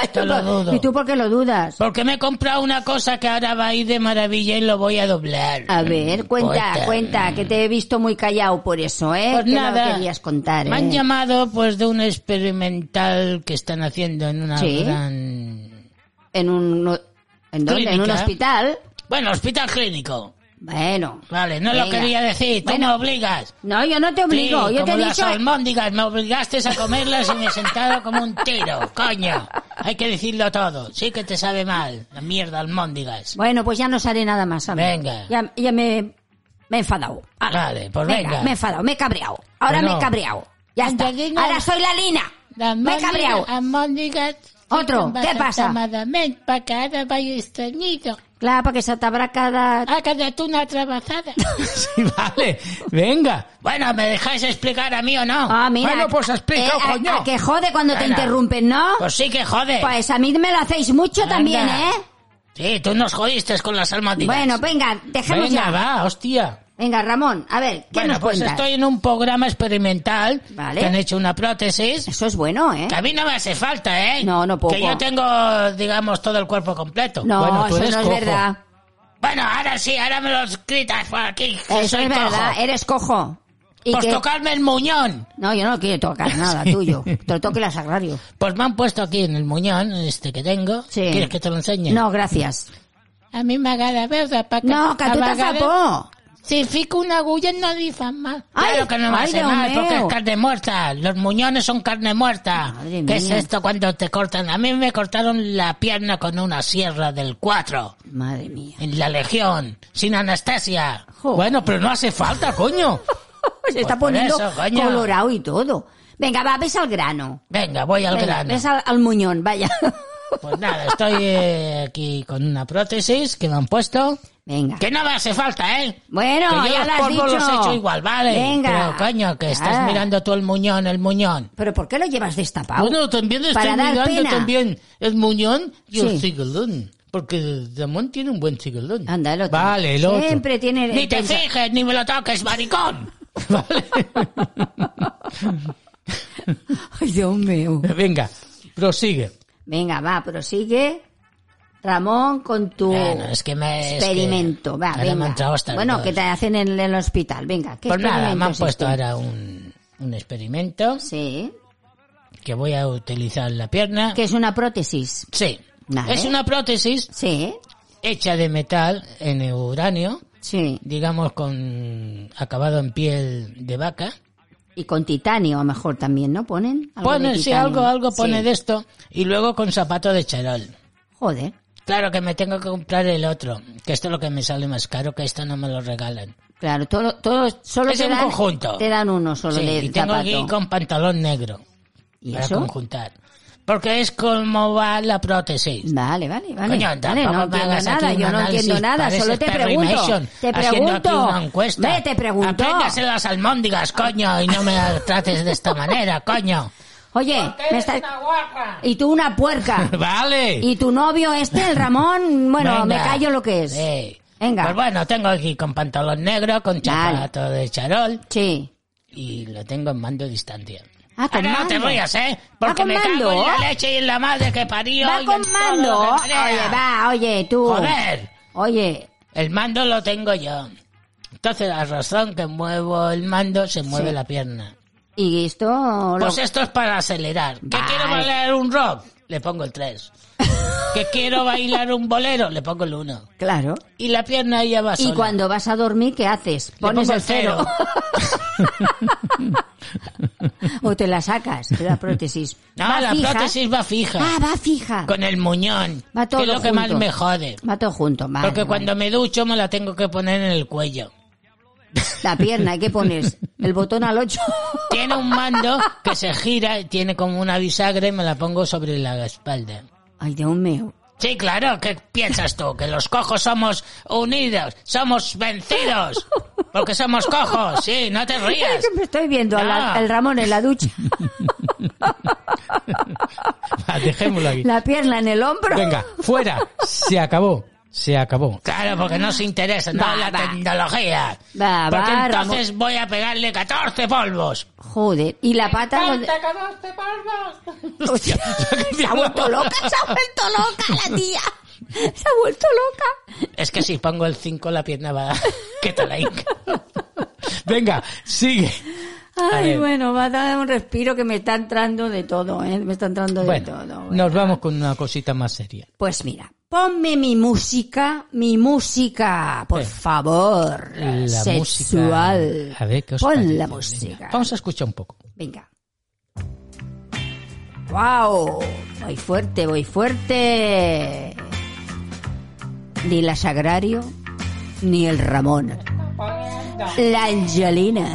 S4: Esto lo dudo.
S3: ¿Y tú por qué lo dudas?
S4: Porque me he comprado una cosa que ahora va a ir de maravilla y lo voy a doblar.
S3: A ver, cuenta,
S4: Cuenta.
S3: cuenta, que te he visto muy callado por eso, ¿eh?
S4: Pues
S3: que
S4: nada.
S3: no querías contar,
S4: Me han
S3: ¿eh?
S4: llamado pues de un experimental que están haciendo en una
S3: Sí.
S4: gran...
S3: En un... ¿En dónde? ¿En un
S4: Clínica.
S3: hospital?
S4: Bueno, hospital clínico.
S3: Bueno.
S4: Vale, no lo
S3: Venga.
S4: quería decir, tú
S3: Bueno.
S4: me obligas.
S3: No, yo no te obligo,
S4: Sí,
S3: yo te
S4: como
S3: he
S4: las
S3: dicho...
S4: almóndigas, me obligaste a comerlas y me he sentado como un tiro, coño. Hay que decirlo todo, sí que te sabe mal, la mierda almóndigas.
S3: Bueno, pues ya no haré nada más. amigo.
S4: Venga.
S3: Ya, ya me, me he enfadado. Ahora.
S4: Vale, pues venga. Pues
S3: Me he enfadado, me he cabreado. Ahora
S2: Bueno.
S3: me he cabreado. Ya está.
S4: Angelina. Ah.
S3: Ahora soy la Lina.
S4: Las
S3: Me he cabreado.
S4: almóndigas- almóndigas
S3: Otro,
S4: pican
S3: ¿qué
S4: bastante
S3: pasa?
S4: amadamente pa' que ahora vaya estreñido.
S3: Claro, porque se te habrá cada...
S4: Ah, que de tú una trabajada.
S2: Sí,
S4: [laughs]
S2: vale. Venga.
S4: bueno, ¿me dejáis explicar a mí o no?
S3: Ah, mira.
S1: Bueno, pues explica,
S3: a-
S1: coño.
S3: a que jode cuando te
S4: Venga.
S3: interrumpen, ¿no?
S4: Pues sí que jode.
S3: Pues a mí me lo hacéis mucho
S4: Anda.
S3: también, ¿eh?
S4: Sí, tú nos jodiste con las almóndigas.
S3: Bueno, venga, dejemos
S2: Venga,
S3: ya.
S2: va, hostia.
S3: Venga, Ramón, a ver, ¿qué
S4: Bueno,
S3: nos
S4: pues
S3: cuentas?
S4: estoy en un programa experimental.
S3: Vale.
S4: Que han hecho una prótesis.
S3: Eso es bueno, ¿eh?
S4: Que a mí no me hace falta, ¿eh?
S3: No, no poco.
S4: Que yo tengo, digamos, todo el cuerpo completo.
S3: No,
S2: Bueno, tú
S3: eso no es
S2: eres cojo.
S3: verdad.
S4: Bueno, ahora sí, ahora me los gritas por aquí. que
S3: Eso
S4: soy
S3: es verdad,
S4: cojo.
S3: eres cojo. Y
S4: Pues
S3: que-
S4: tocarme el muñón.
S3: No, yo no quiero
S4: [laughs]
S3: tocar nada tuyo. Te lo toque la Sagrario.
S4: Pues me han puesto aquí en el muñón, este que tengo.
S3: Sí.
S4: ¿Quieres que te lo enseñe?
S3: No, gracias.
S4: A mí me agrada, ¿verdad? Paca?
S3: No, que
S4: A
S3: tu te
S4: vegades-
S3: zapó.
S4: Si fico una agulla no li fa mal.
S3: Ai,
S4: claro que no me
S3: ai,
S4: hace
S3: Déu
S4: mal, porque
S3: meu.
S4: es carne muerta. Los muñones son carne muerta.
S3: Madre
S4: ¿Qué es
S3: mía.
S4: esto cuando te cortan? A mí me cortaron la pierna con una sierra del 4,
S3: Madre mía. [laughs]
S4: en la Legión, sin anestesia.
S3: Jo.
S2: Bueno, pero no hace falta, coño.
S3: Se está
S4: Pues por
S3: poniendo
S4: eso, coño.
S3: colorado y todo. Venga, va, ves al grano.
S4: Venga, voy al
S3: Venga,
S4: grano.
S3: Ves al, al muñón, vaya.
S4: [laughs] Pues nada, estoy eh, aquí con una prótesis que me han puesto.
S3: Venga.
S4: Que no me hace falta, ¿eh?
S3: Bueno,
S4: que yo
S3: ya
S4: los
S3: lo has
S4: polvos
S3: dicho.
S4: los he hecho igual, ¿vale?
S3: Venga.
S4: Pero, coño, que estás
S3: Ah.
S4: mirando tú el muñón, el muñón.
S3: Pero ¿por qué lo llevas destapado?
S2: Bueno, también estoy
S3: Para dar
S2: mirando
S3: pena.
S2: también el muñón
S3: Sí.
S2: y el cigalón. Porque Ramón tiene un buen cigalón.
S3: Anda, el otro.
S2: Vale, el otro.
S3: Siempre tiene...
S4: Ni te
S3: pensa-
S4: fijes, ni me lo toques, maricón. [laughs]
S2: Vale.
S3: [laughs] Ay, Dios mío.
S2: Venga, prosigue.
S3: Venga, va, prosigue. Ramón, con tu
S4: Bueno, es que me... es
S3: experimento.
S4: que
S3: va,
S4: ahora me
S3: venga.
S4: han tragado hasta el
S3: bueno,
S4: dos.
S3: que te hacen en el hospital. Venga, ¿qué
S4: Pues nada,
S3: experimento
S4: me han
S3: es
S4: puesto
S3: este?
S4: ahora un, un experimento
S3: Sí,
S4: que voy a utilizar en la pierna.
S3: que es una prótesis.
S4: Sí.
S3: Vale.
S4: Es una prótesis
S3: Sí,
S4: hecha de metal en uranio,
S3: sí.
S4: digamos con acabado en piel de vaca.
S3: Y con titanio a lo mejor también, ¿no? Ponen algo
S4: Pone,
S3: de
S4: sí,
S3: titanio.
S4: algo, algo pone
S3: Sí.
S4: de esto. Y luego con zapato de charol.
S3: Joder,
S4: Claro que me tengo que comprar el otro, que esto es lo que me sale más caro, que esto no me lo regalan.
S3: claro, todo, todo, solo
S4: Es
S3: te
S4: un
S3: dan,
S4: conjunto.
S3: Te dan uno solo
S4: Sí,
S3: de
S4: y tengo
S3: zapato.
S4: aquí con pantalón negro
S3: ¿Y
S4: para
S3: eso?
S4: conjuntar. porque es como va la prótesis.
S3: Vale, vale, vale.
S4: Coño,
S3: Vale,
S4: tampoco
S3: no
S4: me
S3: entiendo
S4: hagas aquí
S3: nada,
S4: un
S3: yo no
S4: análisis,
S3: entiendo nada,
S4: pareces
S3: solo te
S4: Perry
S3: pregunto.
S4: Mason
S3: Te
S4: haciendo aquí
S3: pregunto.
S4: una encuesta.
S3: Ve, te pregunto.
S4: Apréndase las almóndigas, coño, y no me [laughs] las trates de esta manera, coño.
S3: Oye, me estás... Y tú una
S4: [laughs]
S3: puerca.
S4: Vale.
S3: Y tu novio este, el Ramón, bueno, me
S4: Venga.
S3: callo lo que es.
S4: Sí.
S3: Venga.
S4: Pues bueno, tengo aquí con pantalón negro, con
S3: Vale.
S4: zapato de charol
S3: Sí.
S4: y lo tengo en mando a distancia.
S3: Ah, con
S4: Ahora no te
S3: mando.
S4: rías, ¿eh?
S3: Va
S4: Porque
S3: con
S4: me
S3: mando.
S4: cago en la leche y en la madre que parió. y
S3: Va
S4: en
S3: con
S4: todo
S3: mando.
S4: lo que crea.
S3: Oye, va, oye, tú.
S4: Joder.
S3: Oye,
S4: El mando lo tengo yo. Entonces, la razón que muevo el mando, se mueve la pierna.
S3: y esto... lo-
S4: Pues esto es para acelerar. ¿Que
S3: Vale.
S4: quiero bailar un rock? Le pongo el 3.
S3: [laughs]
S4: ¿Que quiero bailar un bolero? Le pongo el 1.
S3: Claro.
S4: Y la pierna ya va sola.
S3: Y cuando vas a dormir, ¿qué haces? Pones
S4: pongo
S3: el cero. [laughs] o te la sacas, te
S4: [laughs]
S3: da prótesis.
S4: No,
S3: Va
S4: la
S3: fija.
S4: prótesis va fija.
S3: Ah, va fija.
S4: Con el muñón.
S3: Va todo
S4: que es lo que más
S3: junto.
S4: me jode.
S3: Va todo junto, vale,
S4: Porque
S3: vale.
S4: cuando me ducho me la tengo que poner en el cuello.
S3: La pierna, ¿qué pones? El botón al
S4: [laughs]
S3: 8.
S4: Tiene un mando que se gira, y tiene como una bisagra y me la pongo sobre la espalda.
S3: Ay, Dios mío.
S4: Sí, claro, ¿qué piensas tú? Que los cojos somos unidos, somos vencidos, porque somos cojos, sí, no te
S3: Ay,
S4: rías.
S3: que me estoy viendo al
S4: No.
S3: el Ramón en la ducha.
S2: Va, Ah, dejémoslo aquí.
S3: La pierna en el hombro.
S2: Venga, fuera. Se acabó. Se acabó.
S4: Claro, porque no se interesa, no
S3: Va,
S4: la
S3: va.
S4: tecnología.
S3: Va,
S4: porque
S3: va,
S4: entonces voy a pegarle 14 polvos.
S3: Joder. ¿Y la pata? donde- [laughs] Hostia, se ha vuelto loca, se ha vuelto loca
S4: [laughs]
S3: la tía. Se ha vuelto loca.
S4: Es que si pongo el 5 la pierna va... [laughs] ¿Qué tal ahí?
S2: Venga, sigue. A
S3: Ay,
S2: ver.
S3: bueno, va a dar un respiro que me está entrando de todo, ¿eh? Me está entrando de
S2: Bueno,
S3: todo. bueno.
S2: nos vamos con una cosita más seria.
S3: Pues mira, ponme mi música, mi música, por
S2: Eh,
S3: favor.
S2: La
S3: sexual.
S2: música. A ver qué os
S3: Pon
S2: parece.
S3: la
S2: Venga,
S3: música.
S2: Vamos a escuchar un poco.
S3: Venga. ¡Wow! Voy fuerte, voy fuerte. Ni la Sagrario, ni el Ramón. La Angelina.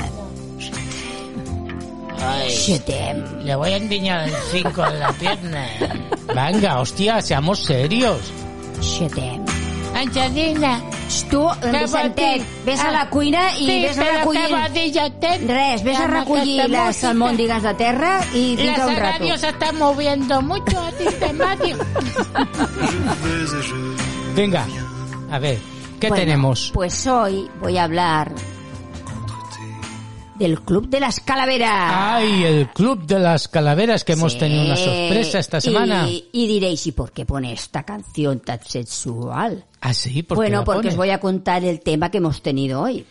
S4: Ay,
S3: Chetem.
S4: le voy a endiñar el 5 en la pierna.
S2: Venga, hostia, seamos serios.
S3: Chetem.
S4: Angelina,
S3: Tu, Vicentet, ves a la cuina i
S4: Ah, sí,
S3: ves a
S4: però
S3: recollir...
S4: que va dir jo temps.
S3: Res, ves a
S4: Amb
S3: recollir
S4: aquesta
S3: les
S4: música.
S3: almòndigues de terra i
S4: La
S3: fins a un rato.
S4: radio se está moviendo mucho a ti, temático.
S2: Venga, a ver, ¿qué
S3: Bueno,
S2: tenemos?
S3: Pues hoy voy a hablar del Club de las Calaveras.
S2: Ay, el Club de las Calaveras, que Ah, hemos
S3: Sí.
S2: tenido una sorpresa esta semana.
S3: Y, y diréis, ¿y por qué pone esta canción tan sexual?
S2: Ah, sí, ¿por qué
S3: Bueno,
S2: la
S3: porque
S2: pones?
S3: os voy a contar el tema que hemos tenido hoy.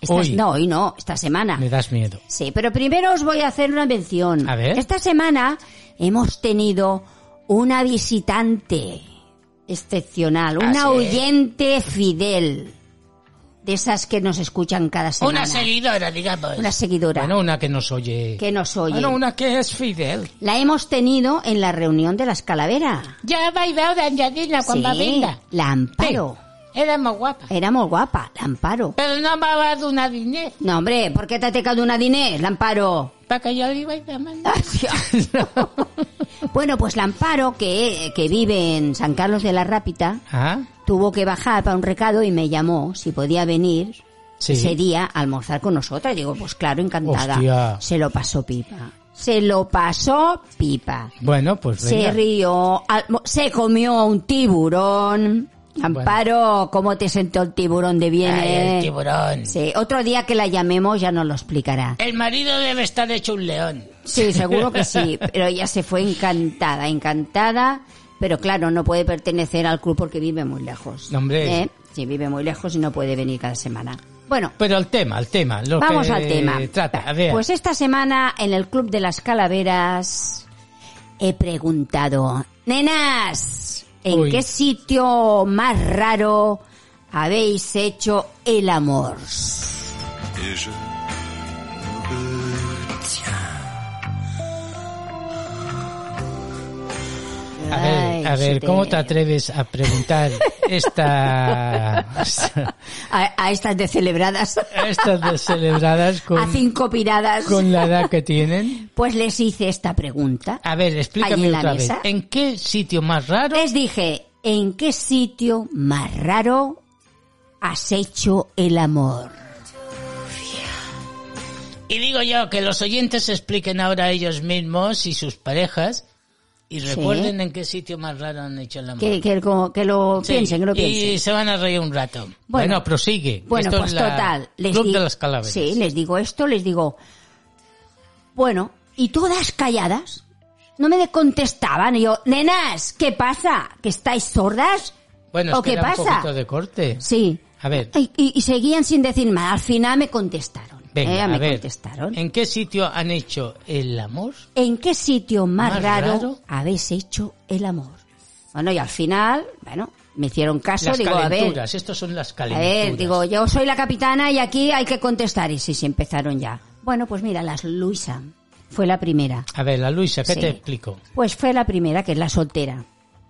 S3: Esta-
S2: Hoy.
S3: No, hoy no, esta semana.
S2: Me das miedo.
S3: Sí, pero primero os voy a hacer una mención.
S2: A ver.
S3: Esta semana hemos tenido una visitante excepcional, una
S4: sí?
S3: oyente fidel, de esas que nos escuchan cada semana.
S4: Una seguidora, digamos.
S3: Una seguidora
S2: Bueno, una que nos oye. Ah,
S3: que nos oye.
S1: Bueno, una que es Fidel.
S3: La hemos tenido en la reunión de las calaveras.
S4: Ya va y veo de Angelina
S3: Sí,
S4: cuando vinda.
S3: la Amparo.
S4: Era muy guapa.
S3: Era molt guapa, l'Amparo.
S4: Pero no me va a dar una dinero
S3: No, hombre, ¿por qué te ha tecado una diner, l'Amparo?
S4: para que yo le iba a ir a mandar.
S3: [laughs] bueno, pues l'Amparo, que, que vive en San Carlos de la Rápita,
S2: Ah,
S3: tuvo que bajar para un recado y me llamó si podía venir
S2: sí.
S3: ese día a almorzar con nosotras. Digo, pues claro, encantada.
S2: Hostia.
S3: Se lo pasó pipa. Se lo pasó pipa.
S2: Bueno, pues
S3: Se
S2: venga.
S3: rió, al- se comió un tiburón. Amparo, ¿cómo te sentó el tiburón de bien? eh?
S4: el tiburón.
S3: Sí, otro día que la llamemos ya nos lo explicará.
S4: El marido debe estar hecho un león.
S3: Sí, seguro que
S2: [laughs]
S3: sí, pero ella se fue encantada, encantada, pero claro, no puede pertenecer al club porque vive muy lejos.
S2: No, hombre.
S3: ¿Eh? Sí, vive muy lejos y no puede venir cada semana. Bueno,
S2: Pero al tema, al tema. Lo
S3: vamos
S2: que
S3: al tema.
S2: Trata. A ver,
S3: Pues esta semana en el Club de las Calaveras he preguntado, nenas, ¿en
S2: Uy.
S3: qué sitio más raro habéis hecho el amor?
S2: a ver, a
S3: Ay,
S2: ver,
S3: si
S2: ¿cómo
S3: te-
S2: te atreves a preguntar
S3: [laughs]
S2: [laughs] estas,
S3: A, a estas de celebradas.
S2: estas descelebradas
S3: a
S2: con,
S3: cinco piradas.
S2: con la edad que tienen.
S3: Pues les hice esta pregunta.
S2: A ver,
S3: Allí
S2: explícame
S3: en la
S2: otra vez.
S3: mesa. Eh.
S2: ¿En qué sitio más raro?
S3: Les dije, ¿en qué sitio más raro has hecho el amor?
S4: Y digo yo que los oyentes se expliquen ahora ellos mismos y sus parejas y recuerden en qué sitio más raro han hecho el amor.
S3: Que, que, lo- que lo
S4: Sí,
S3: piensen, que lo
S4: Y
S3: piensen.
S4: se van a reír un rato.
S2: Bueno,
S3: Bueno.
S2: prosigue.
S3: Bueno,
S2: Esto
S3: pues
S2: es la
S3: total. Les
S2: Club
S3: di-
S2: de las Calaveras.
S3: Sí, les digo esto, les digo. Bueno, y todas calladas. No me contestaban. Y yo, nenas, ¿qué pasa? ¿Que estáis sordas?
S2: Bueno,
S3: ¿O qué
S2: espera un
S3: pasa?
S2: poquito de corte.
S3: Sí.
S2: A ver,
S3: Y, y- y seguían sin decir nada. Al final me contestaron.
S2: venga,
S3: Eh,
S2: a
S3: me
S2: ver.
S3: contestaron.
S2: ¿En qué sitio han hecho el amor?
S3: ¿En qué sitio más,
S2: ¿Más
S3: raro,
S2: raro?
S3: habéis hecho el amor? Bueno, y al final, bueno, me hicieron caso,
S2: las
S3: digo, a ver,
S2: calenturas, estos son las
S3: a
S2: calenturas.
S3: ver, digo, yo soy la capitana y aquí hay que contestar. Y sí, sí, empezaron ya. Bueno, pues mira, las Luisa fue la primera.
S2: A ver, la Luisa, ¿qué
S3: Sí.
S2: te explico?
S3: Pues fue la primera, que es la soltera.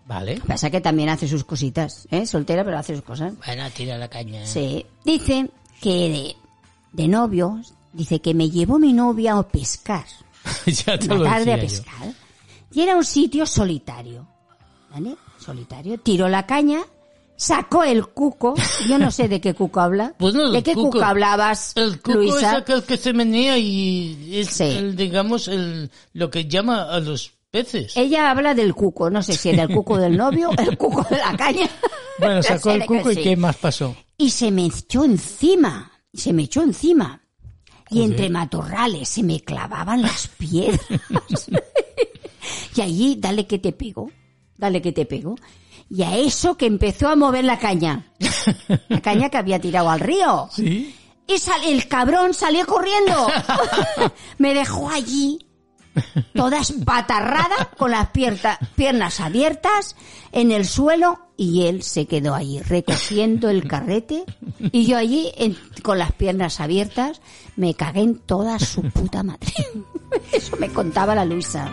S2: Vale.
S3: Pasa que también hace sus cositas, ¿eh? Soltera, pero hace sus cosas.
S4: Bueno, tira la caña.
S3: Sí. Dice que de, de novios, dice que me llevó mi novia a pescar.
S2: [laughs] ya te lo
S3: una tarde
S2: decía
S3: a
S2: yo.
S3: pescar. Y era un sitio solitario. ¿Vale? Solitario. Tiró la caña, sacó el cuco. Yo no sé de qué cuco habla.
S2: [laughs] Pues no, el
S3: ¿De qué cuco,
S2: cuco-
S3: hablabas,
S2: El cuco
S3: Luisa?
S2: es aquel que se menea y es
S3: Sí.
S2: el, digamos, el, lo que llama a los peces.
S3: Ella habla del cuco. No sé si era el cuco del novio, el cuco de la caña.
S2: Bueno,
S3: [laughs] No
S2: sacó
S3: sé
S2: el
S3: de
S2: cuco y
S3: sí.
S2: ¿qué más pasó?
S3: Y se me echó encima. Se me echó encima. Y entre matorrales se me clavaban las piedras. [laughs] y allí, dale que te pego. Dale que te pego. Y a eso que empezó a mover la caña. La caña que había tirado al río.
S2: Sí.
S3: Y sal- el cabrón salió corriendo. [laughs] me dejó allí, toda espatarrada, con las pierta- piernas abiertas, en el suelo, y él se quedó allí, recogiendo el carrete, y yo allí, en- con las piernas abiertas, me cagué en toda su puta madre. [laughs] Eso me contaba la Luisa.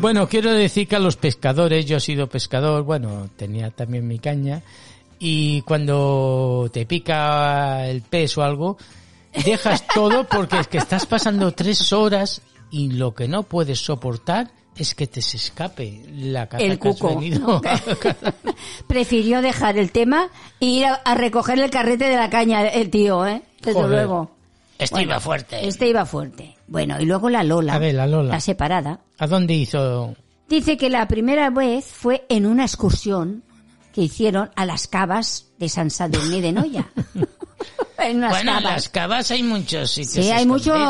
S2: Bueno, quiero decir que a los pescadores, yo he sido pescador, bueno, tenía también mi caña, y cuando te pica el pez o algo, dejas todo porque es que estás pasando tres horas y lo que no puedes soportar es que te se escape la caja
S3: El
S2: que has
S3: cuco. [laughs]
S2: venido.
S3: Prefirió dejar el tema e ir a, a recoger el carrete de la caña, el tío, ¿eh? Desde
S2: Joder.
S3: luego.
S4: Este
S3: Bueno,
S4: iba fuerte.
S3: Este iba fuerte. Bueno, y luego la Lola.
S2: A ver, la Lola.
S3: separada.
S2: ¿A dónde hizo?
S3: Dice que la primera vez fue en una excursión que hicieron a las cavas de San Sadurní de
S2: [laughs]
S3: Noya. en unas
S4: bueno, en
S3: cavas.
S4: las cavas hay muchos sitios.
S3: Sí, hay
S4: escondidos.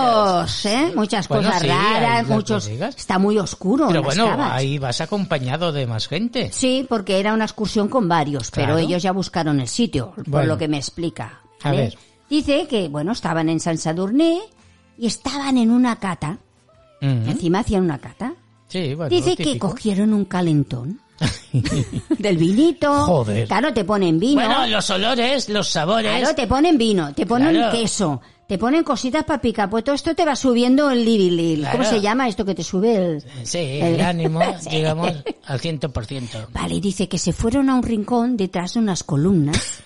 S3: muchos, ¿eh? muchas
S2: Bueno,
S3: cosas
S2: sí, hay
S3: raras,
S2: las
S3: muchos...
S2: bodegas.
S3: Está muy oscuro
S2: Pero
S3: en las
S2: bueno,
S3: cavas.
S2: ahí vas acompañado de más gente.
S3: Sí, porque era una excursión con varios,
S2: Claro.
S3: pero ellos ya buscaron el sitio, por
S2: Bueno.
S3: lo que me explica.
S2: A
S3: ¿vale?
S2: ver.
S3: Dice que, bueno, estaban en San Sadurní y estaban en una cata.
S2: Mm.
S3: Encima hacían una cata.
S2: Sí, bueno,
S3: Dice que
S2: típico.
S3: cogieron un
S2: [laughs]
S3: calentón del vinito.
S2: Joder.
S3: Claro, te ponen vino.
S4: Bueno, los olores, los sabores.
S3: claro, te ponen vino, te ponen
S4: Claro.
S3: queso, te ponen cositas para picar. Pues todo esto te va subiendo el libilil. ¿Cómo
S4: Claro.
S3: se llama esto que te sube el...?
S4: Sí,
S3: el-
S4: el ánimo,
S3: [laughs] Sí.
S4: digamos, al ciento por ciento.
S3: Vale, y dice que se fueron a un rincón detrás de unas
S2: [laughs]
S3: columnas,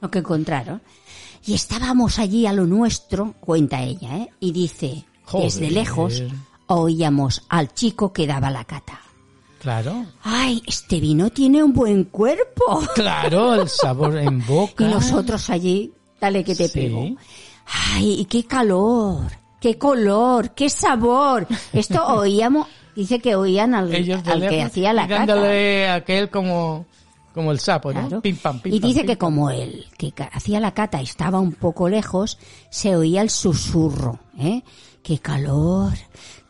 S3: lo que encontraron, y estábamos allí a lo nuestro, cuenta ella, ¿eh? Y dice,
S2: Joder.
S3: desde lejos oíamos al chico que daba la cata.
S2: Claro.
S3: ¡Ay, este vino tiene un buen cuerpo!
S2: Claro, el sabor en
S3: [laughs]
S2: boca.
S3: Y nosotros allí, dale que te
S2: Sí.
S3: pego. Ay, y qué calor, qué color, qué sabor.
S2: [laughs]
S3: Esto oíamos, dice que oían al,
S2: Ellos de
S3: al que
S2: lejos,
S3: hacía la
S2: y
S3: cata.
S2: dándole a aquel como, como el sapo, ¿no?
S3: Claro.
S2: Pim, pam, pim,
S3: y
S2: pam,
S3: dice
S2: pim.
S3: que como el que ca- hacía la cata estaba un poco lejos, se oía el susurro, ¿eh? Qué calor,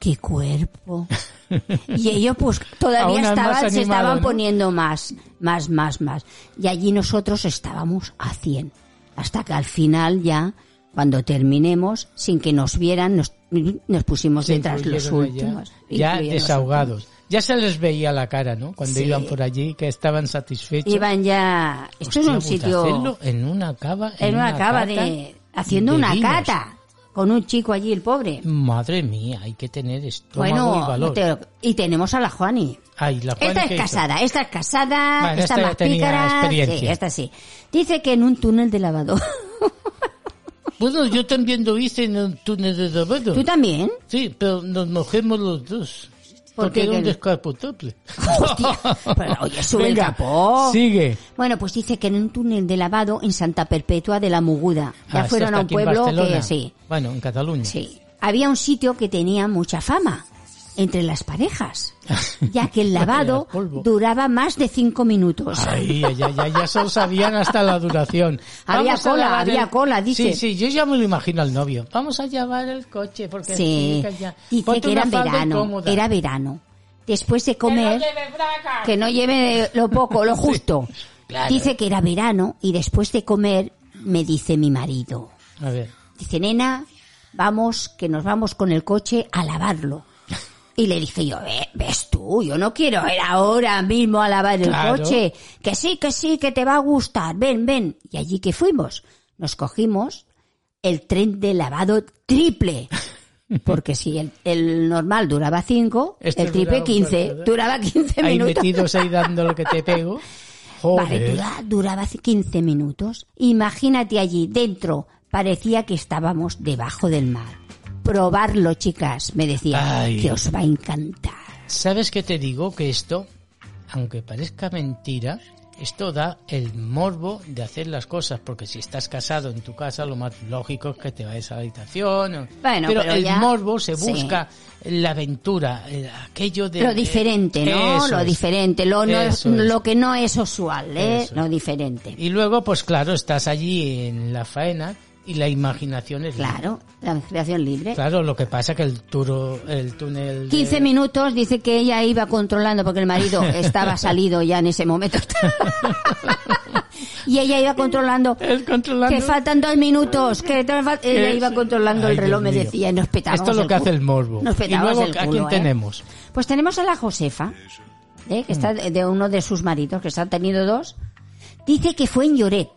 S3: qué cuerpo. Y ellos
S2: [laughs]
S3: pues
S2: Aún
S3: todavía
S2: más
S3: estaban, se
S2: animado,
S3: estaban
S2: ¿no?
S3: poniendo más, más, más, más. Y allí nosotros estábamos a 100. Hasta que al final ya, cuando terminemos, sin que nos vieran, nos, nos pusimos
S2: Se
S3: detrás los
S2: incluyeron allá,
S3: últimos.
S2: Ya
S3: incluyeron los
S2: desahogados. Ya se les veía la cara, ¿no? Cuando
S3: Sí.
S2: iban por allí, que estaban satisfechos.
S3: últimos. Iban ya, esto es
S2: Hostia,
S3: un
S2: puta,
S3: sitio...
S2: hacerlo en una cava.
S3: en una cava
S2: cata
S3: de haciendo
S2: de
S3: una
S2: vinos.
S3: cata con un chico allí el pobre
S2: Madre mía, hay que tener estómago
S3: bueno
S2: y valor.
S3: te- y tenemos a la Juani
S2: Ay, la Juani,
S3: Esta
S2: ¿qué
S3: es
S2: hizo?
S3: casada, esta es casada,
S2: Bueno,
S3: esta,
S2: esta
S3: más
S2: tenía
S3: pícara.
S2: experiencia.
S3: Sí, esta sí. Dice que en un túnel de lavado. [laughs]
S2: Bueno, yo también lo hice en un túnel de lavado.
S3: ¿Tú también?
S2: Sí, pero nos mojemos los dos.
S3: ¿Por
S2: Porque
S3: qué?
S2: era un
S3: ¿Qué?
S2: descapotable.
S3: Hostia, pero, oye, sube el
S2: Venga,
S3: capó.
S2: Sigue.
S3: Bueno, pues dice que en un túnel de lavado en Santa Perpetua de la Muguda.
S2: Ah,
S3: Ya
S2: esto
S3: fueron
S2: está
S3: a un
S2: aquí en
S3: pueblo que
S2: Barcelona.
S3: sí,
S2: Bueno, en Cataluña.
S3: sí. Había un sitio que tenía mucha fama entre las
S2: [laughs]
S3: parejas, ya que el lavado
S2: Era polvo.
S3: duraba más de cinco minutos.
S2: Ay, ya, ya, ya se lo sabían hasta la duración.
S3: [laughs] Había
S2: a
S3: cola,
S2: lavar
S3: había cola, dice.
S2: Sí, sí, yo ya me lo imagino al novio. Vamos a llevar el coche porque
S3: Sí,
S2: chica, ya.
S3: dice
S2: Ponte
S3: que era
S2: una falda
S3: verano,
S2: incómoda.
S3: era verano. Después de comer, que no lleve lo poco, lo justo.
S4: claro.
S3: Dice que era verano y después de comer me dice mi marido,
S2: A ver.
S3: dice nena, vamos, que nos vamos con el coche a lavarlo. Y le dije yo, "Ve- ves tú, yo no quiero ir ahora mismo a lavar el
S2: Claro.
S3: coche. Que sí, que sí, que te va a gustar. Ven, ven. Y allí que fuimos. Nos cogimos el tren de lavado
S2: [laughs]
S3: triple. Porque si el, el normal duraba 5,
S2: Este
S3: el triple
S2: duraba
S3: 15.
S2: cuatro, ¿eh?
S3: Duraba 15
S2: Ahí
S3: minutos.
S2: metidos ahí dando lo que te pego.
S3: [laughs] Vale,
S2: Joder.
S3: dura- duraba 15 minutos. Imagínate allí, dentro, parecía que estábamos debajo del mar. Probarlo, chicas, me decía,
S2: Ay.
S3: que os va a encantar.
S2: ¿Sabes qué te digo? Que esto, aunque parezca mentira, esto da el morbo de hacer las cosas, porque si estás casado en tu casa, lo más lógico es que te vayas a la habitación. o-
S3: Bueno, pero
S2: el
S3: ya-
S2: morbo se
S3: sí.
S2: busca la aventura, eh, aquello de...
S3: Lo diferente, ¿no?
S2: Eso
S3: lo
S2: es.
S3: diferente, lo, no-
S2: Eso es.
S3: lo que no es usual, ¿eh?
S2: Eso es.
S3: Lo diferente.
S2: Y luego, pues claro, estás allí en la faena y la imaginación es...
S3: Claro, la creación libre.
S2: Claro, lo que pasa que el, turo, el túnel... de-
S3: 15 minutos, dice que ella iba controlando porque el
S2: [laughs]
S3: marido estaba salido ya en ese momento. [laughs] y ella iba controlando.
S2: El controlando.
S3: Que faltan dos minutos. Que te fa- ella iba controlando
S2: Ay,
S3: el reloj,
S2: Dios
S3: me
S2: mío.
S3: decía, y nos petábamos
S2: Esto es lo
S3: el
S2: que hace
S3: culo.
S2: el morbo.
S3: Nos
S2: y
S3: petábamos
S2: luego,
S3: el
S2: ¿a quién
S3: culo, ¿eh?
S2: tenemos?
S3: Pues tenemos a la Josefa, ¿eh? que está de de uno de sus maridos, que se han tenido dos. Dice que fue en Lloret.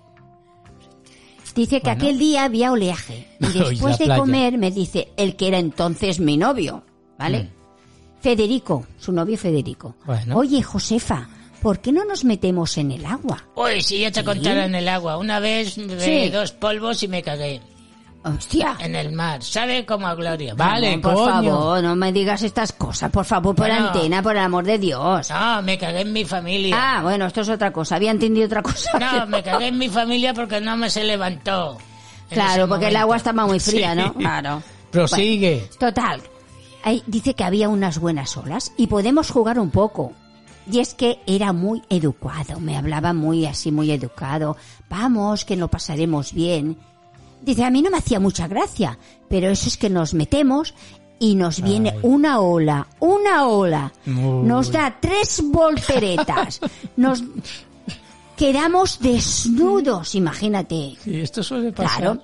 S3: Dice que aquel día había
S2: [laughs]
S3: oleaje. Y
S2: Y la
S3: después de
S2: playa.
S3: comer, me dice el que era entonces mi novio, ¿vale? Federico, su novio Federico.
S2: Mm. Bueno.
S3: Oye, Josefa, ¿por qué no nos metemos en el agua?
S4: Uy, si yo te contara en el agua. Una vez bebí
S2: eh,
S3: Sí.
S4: dos polvos y me cagué
S3: Hostia.
S4: en el mar. Sabe como a gloria.
S2: Vale,
S3: por
S2: coño.
S3: favor, no me digas estas cosas, por favor, por
S4: Bueno. Ah,
S3: antena, por el amor de Dios.
S4: No, me cagué en mi familia.
S3: Ah, bueno, esto es otra cosa, había entendido otra cosa. [laughs]
S4: No, me cagué en mi familia porque no me se levantó. en ese
S3: Claro, porque el
S4: momento.
S3: agua estaba
S4: [laughs]
S3: muy fría,
S2: Sí.
S3: ¿no? Claro.
S2: Prosigue.
S3: Bueno, total. Ahí dice que había unas buenas olas y podemos jugar un poco. Y es que era muy educado, me hablaba muy así, muy educado. Vamos, que lo pasaremos bien. Dice, a mí no me hacía mucha gracia, pero eso es que nos metemos y nos viene
S2: Ay.
S3: una ola, una ola.
S2: Uy.
S3: Nos da tres volteretas.
S4: [laughs]
S3: Nos quedamos desnudos, imagínate.
S2: Pues Sí, esto suele pasar.
S3: Claro.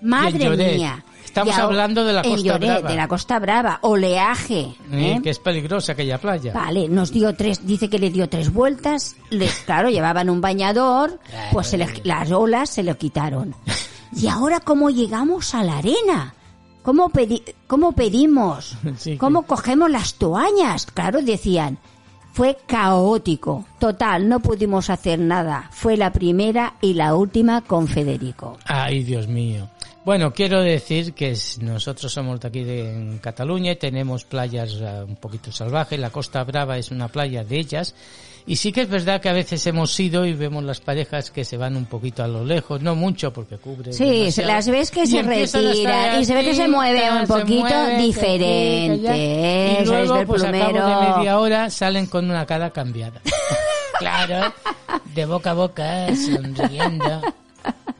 S2: Y en
S3: Madre
S2: Lloret.
S3: mía.
S2: Estamos
S3: Y ahora-
S2: hablando de la
S3: en
S2: Costa
S3: Lloret,
S2: Brava.
S3: de la Costa Brava. Oleaje.
S2: Eh,
S3: ¿eh?
S2: Que es peligrosa aquella playa.
S3: Vale, nos dio tres, dice que le dio tres vueltas,
S2: [laughs]
S3: le- claro, llevaban un bañador, pues se le- las olas se lo quitaron. ¿Y ahora cómo llegamos a la arena? ¿Cómo, pedi- cómo pedimos?
S2: [laughs] Sí,
S3: ¿Cómo cogemos las toallas? Claro, decían. Fue caótico. Total, no pudimos hacer nada. Fue la primera y la última con Federico.
S2: Ay, Dios mío. Bueno, quiero decir que es- nosotros somos de aquí de en Cataluña y tenemos playas eh, un poquito salvajes. La Costa Brava es una playa de ellas. Y sí que es verdad que a veces hemos ido y vemos las parejas que se van un poquito a lo lejos, no mucho porque cubre.
S3: Sí, se- las ves que
S2: Y
S3: se
S2: empiezan a estar
S3: retira y se ve que se
S2: aquí,
S3: mueve un
S2: se
S3: poquito
S2: mueve, que
S3: diferente.
S2: aquí, que allá. Y
S3: ¿eh? ¿Sabes?
S2: luego,
S3: Del
S2: pues, a cabo de
S3: plumero.
S2: media hora salen con una cara
S3: [laughs]
S2: cambiada.
S4: Claro, de boca a boca, sonriendo.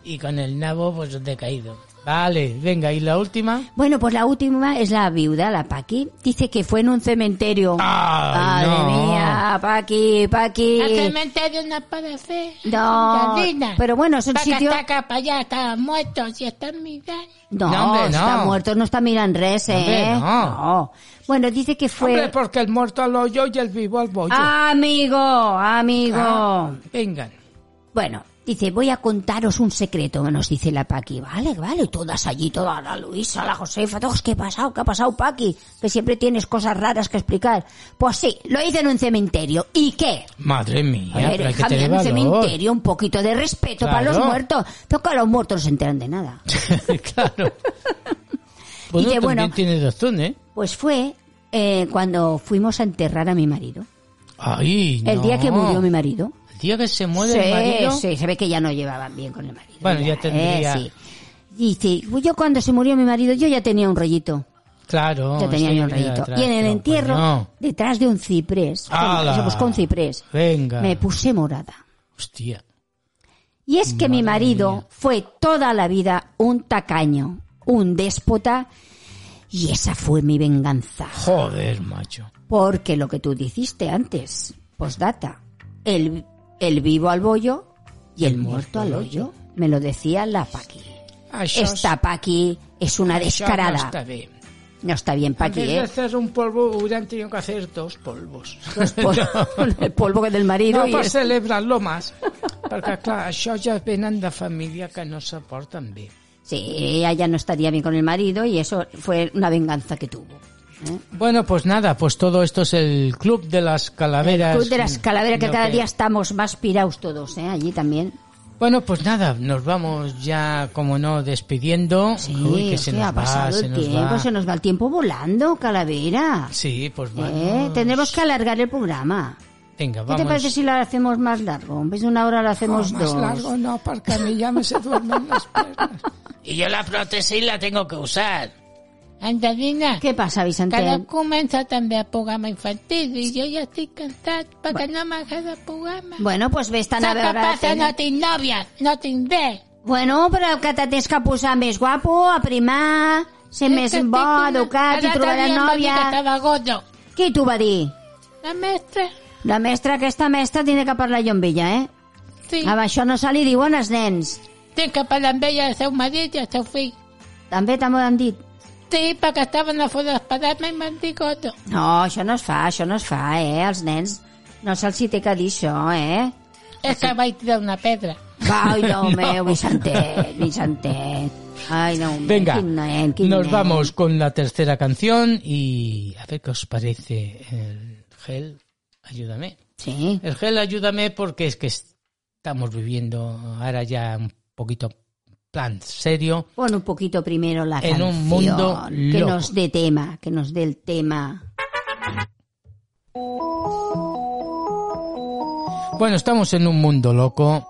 S4: Y con el nabo, pues decaído.
S2: Vale, venga, ¿y la última?
S3: Bueno, pues la última es la viuda, la Paqui. Dice que fue en un cementerio. Madre
S2: Ay, no.
S3: mía, Paqui, Paqui.
S4: El cementerio no aparece.
S3: No,
S4: Jardina.
S3: pero bueno, es un
S4: Taca,
S3: sitio...
S4: taca, para allá, están muertos y están mirando.
S3: No,
S2: No, hombre, no.
S3: está muerto, no está miran res, ¿eh?
S2: Hombre, no.
S3: Bueno, dice que fue...
S1: Hombre, porque el muerto al
S3: Ah,
S1: hoyo y el vivo al bollo.
S3: amigo, amigo.
S2: Vengan.
S3: Bueno, Dice, voy a contaros un secreto, nos dice la Paqui. Vale, vale, todas allí, toda la Luisa, la Josefa, todos, ¿qué ha pasado? ¿Qué ha pasado, Paqui? Que siempre tienes cosas raras que explicar. Pues sí, lo hice en un cementerio. ¿Y qué?
S2: Madre mía,
S3: A ver,
S2: pero hay que
S3: hija mía,
S2: tener
S3: en un
S2: valor.
S3: cementerio, un poquito de respeto para los
S2: Claro.
S3: muertos. Pero claro, los muertos no se enteran de nada.
S2: [laughs] claro. Bueno,
S3: Dice,
S2: también
S3: bueno.
S2: tienes razón, ¿eh?
S3: Pues fue eh, cuando fuimos a enterrar a mi marido.
S2: Ay,
S3: El día que
S2: no.
S3: murió mi marido.
S2: El día que se muere
S3: sí,
S2: el marido.
S3: sí, se ve que ya no llevaban bien con el marido. Eh,
S2: Bueno, ya tendría-
S3: sí. Dice, yo cuando se murió mi marido, yo ya tenía un rollito.
S2: Claro.
S3: ya tenía
S2: sí,
S3: yo un
S2: mira,
S3: rollito.
S2: atrás,
S3: Y en el
S2: no,
S3: entierro,
S2: bueno.
S3: detrás de un ciprés,
S2: ¡Hala!
S3: se buscó un ciprés,
S2: Venga.
S3: me puse morada.
S2: Hostia.
S3: Y es que mi marido fue toda la vida un tacaño, un déspota, y esa fue mi venganza.
S2: Joder, macho.
S3: Porque lo que tú dijiste antes, postdata, el, el vivo al bollo y el, muerto al hoyo, me lo decía la Paqui.
S1: Això és-
S3: Esta Paqui es una
S1: això
S3: descarada.
S1: No está bien.
S3: No está bien,
S1: En vez
S3: Paqui,
S1: de
S3: ¿eh?
S1: hacer un polvo, hubieran tenido que hacer dos
S3: [laughs]
S1: polvos.
S3: ¿eh?
S2: [laughs]
S3: Pol- [laughs] el polvo que del marido
S1: No
S3: y
S1: per
S3: el-
S1: celebrar-lo més, perquè, clar, això ja venen de família que no se porten bé.
S3: Sí, ella ya no estaría bien con el marido y eso fue una venganza que tuvo. ¿eh?
S2: Bueno, pues nada, pues todo esto es el Club de las Calaveras.
S3: Club de las Calaveras, que
S2: Lo
S3: cada día estamos más piraos todos, ¿eh? Allí también.
S2: Bueno, pues nada, nos vamos ya, como no, despidiendo.
S3: Sí,
S2: Uy, que se
S3: hostia,
S2: nos
S3: ha
S2: va,
S3: pasado
S2: se
S3: el
S2: nos
S3: tiempo,
S2: va.
S3: se nos va el tiempo volando, Calavera.
S2: Sí, pues
S3: ¿Eh?
S2: bueno.
S3: Tendremos que alargar el programa.
S2: Venga,
S3: ¿Qué
S2: vamos.
S3: te parece si lo hacemos más largo? En vez de una hora lo hacemos
S1: Más
S3: dos.
S1: largo no, perquè a mi ja me se duermen les piernas.
S4: Y yo la prótesis la tengo que usar. Andadina,
S3: ¿Qué pasa, Vicente?
S4: comienza también programa infantil y yo ya estoy cansada para que no me hagas programa.
S3: Bueno, pues ves tan a veure la tele.
S4: tienes novia, no tienes
S3: Bueno, però el que te tens que posar més guapo, aprimar, ser més bo, educat i trobar la nòvia.
S4: Estava gordo.
S3: Qui t'ho va dir?
S4: La mestra,
S3: La mestra, aquesta mestra, tindré que parlar jo amb ella, eh?
S4: sí.
S3: Amb això no se li diuen els nens.
S4: Tinc que parlar amb ella, el seu marit i el seu fill.
S3: També t'ho han dit.
S4: Sí, perquè estaven a fora d'esperar-me i m'han dit gordo.
S3: No, això no es fa, això no es fa, eh? Els nens no se'ls hi té que dir això, eh?
S4: És que vaig tirar una pedra.
S3: Ai, Déu meu, Vicentet, Vicentet. Ai, Déu meu,
S2: [laughs] Venga,
S3: quin nen, quin
S2: nos
S3: nen.
S2: vamos con la tercera canción y a ver qué os parece el gel. Ayúdame.
S3: Sí,
S2: El gel, ayúdame porque es que estamos viviendo ahora ya un poquito plan serio.
S3: pon un poquito primero la
S2: En
S3: canción.
S2: un mundo
S3: que
S2: loco.
S3: nos dé tema, que nos dé el tema.
S2: Bueno, estamos en un mundo loco.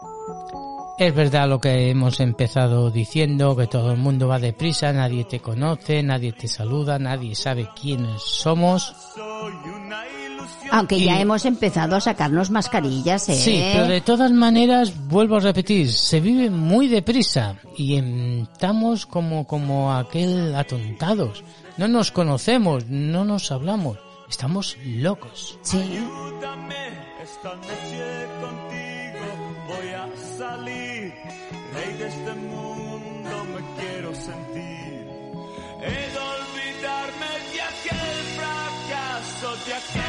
S2: Es verdad lo que hemos empezado diciendo, que todo el mundo va deprisa, nadie te conoce, nadie te saluda, nadie sabe quiénes somos.
S3: Aunque ya
S2: Y-
S3: hemos empezado a sacarnos mascarillas, ¿eh?
S2: Sí, pero de todas maneras, vuelvo a repetir, se vive muy deprisa y em, estamos como, como aquel atontados. No nos conocemos, no nos hablamos, estamos locos.
S3: Sí.
S8: Esta noche contigo voy a salir, rey de este mundo me quiero sentir. He de olvidarme de aquel fracaso, de aquel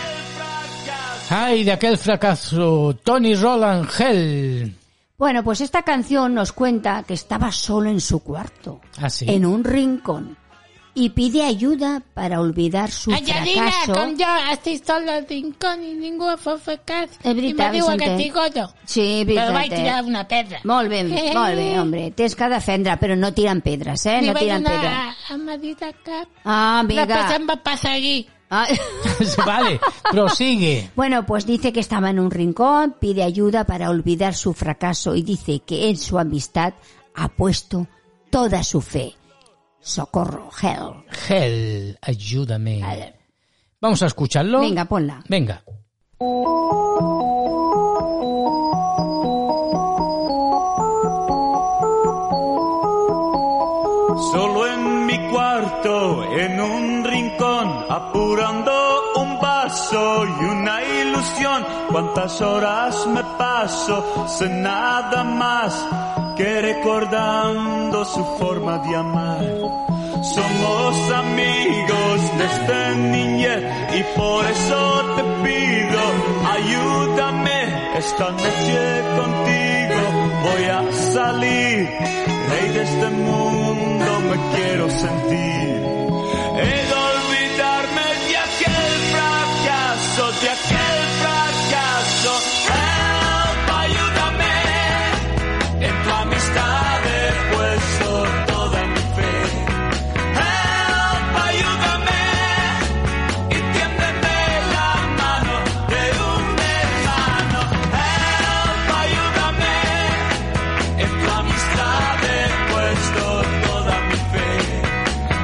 S8: fracaso.
S2: ¡Ay, de aquel fracaso! Tony Roland Hell.
S3: Bueno, pues esta canción nos cuenta que estaba solo en su cuarto,
S2: Ah, sí.
S3: en un rincón, y pide ayuda para olvidar su
S4: Angelina,
S3: fracaso.
S4: com jo, estic sol al rincón i ningú em fa fer cas.
S3: És
S4: I me
S3: veritat,
S4: diuen que
S3: Vicente.
S4: estic gordo.
S3: Sí,
S4: Però
S3: Vicente.
S4: vaig tirar una pedra.
S3: Molt bé,
S4: Eh.
S3: molt bé, hombre. Tens que defendre, però no tiren pedres, eh?
S4: Li
S3: No
S4: vaig
S3: tiren
S4: donar
S3: pedres.
S4: a, a Madrid al cap.
S3: Ah,
S4: Després
S3: amiga.
S4: em va perseguir.
S3: Ah. [laughs]
S2: vale, [laughs] prosigue.
S3: Bueno, pues dice que estaba en un rincón, pide ayuda para olvidar su fracaso y dice que en su amistad ha puesto toda su fe. Socorro, help.
S2: Hell, ayúdame. Vamos a escucharlo.
S3: Venga, ponla.
S2: Venga.
S8: Solo en mi cuarto, en un rincón, apurando un vaso y una ilusión. Cuántas horas me paso sin nada más que recordando su forma de amar. Somos amigos desde niñez y por eso te pido, ayúdame esta noche contigo. voy a salir. Rey de este mundo me quiero sentir. He de olvidarme de aquel fracaso, de aquel fracaso. Help, ayúdame. En tu amistad he puesto toda mi fe. Help, ayúdame. Y tiéndeme la mano de un hermano. Help, ayúdame. En tu amistad he puesto toda mi fe.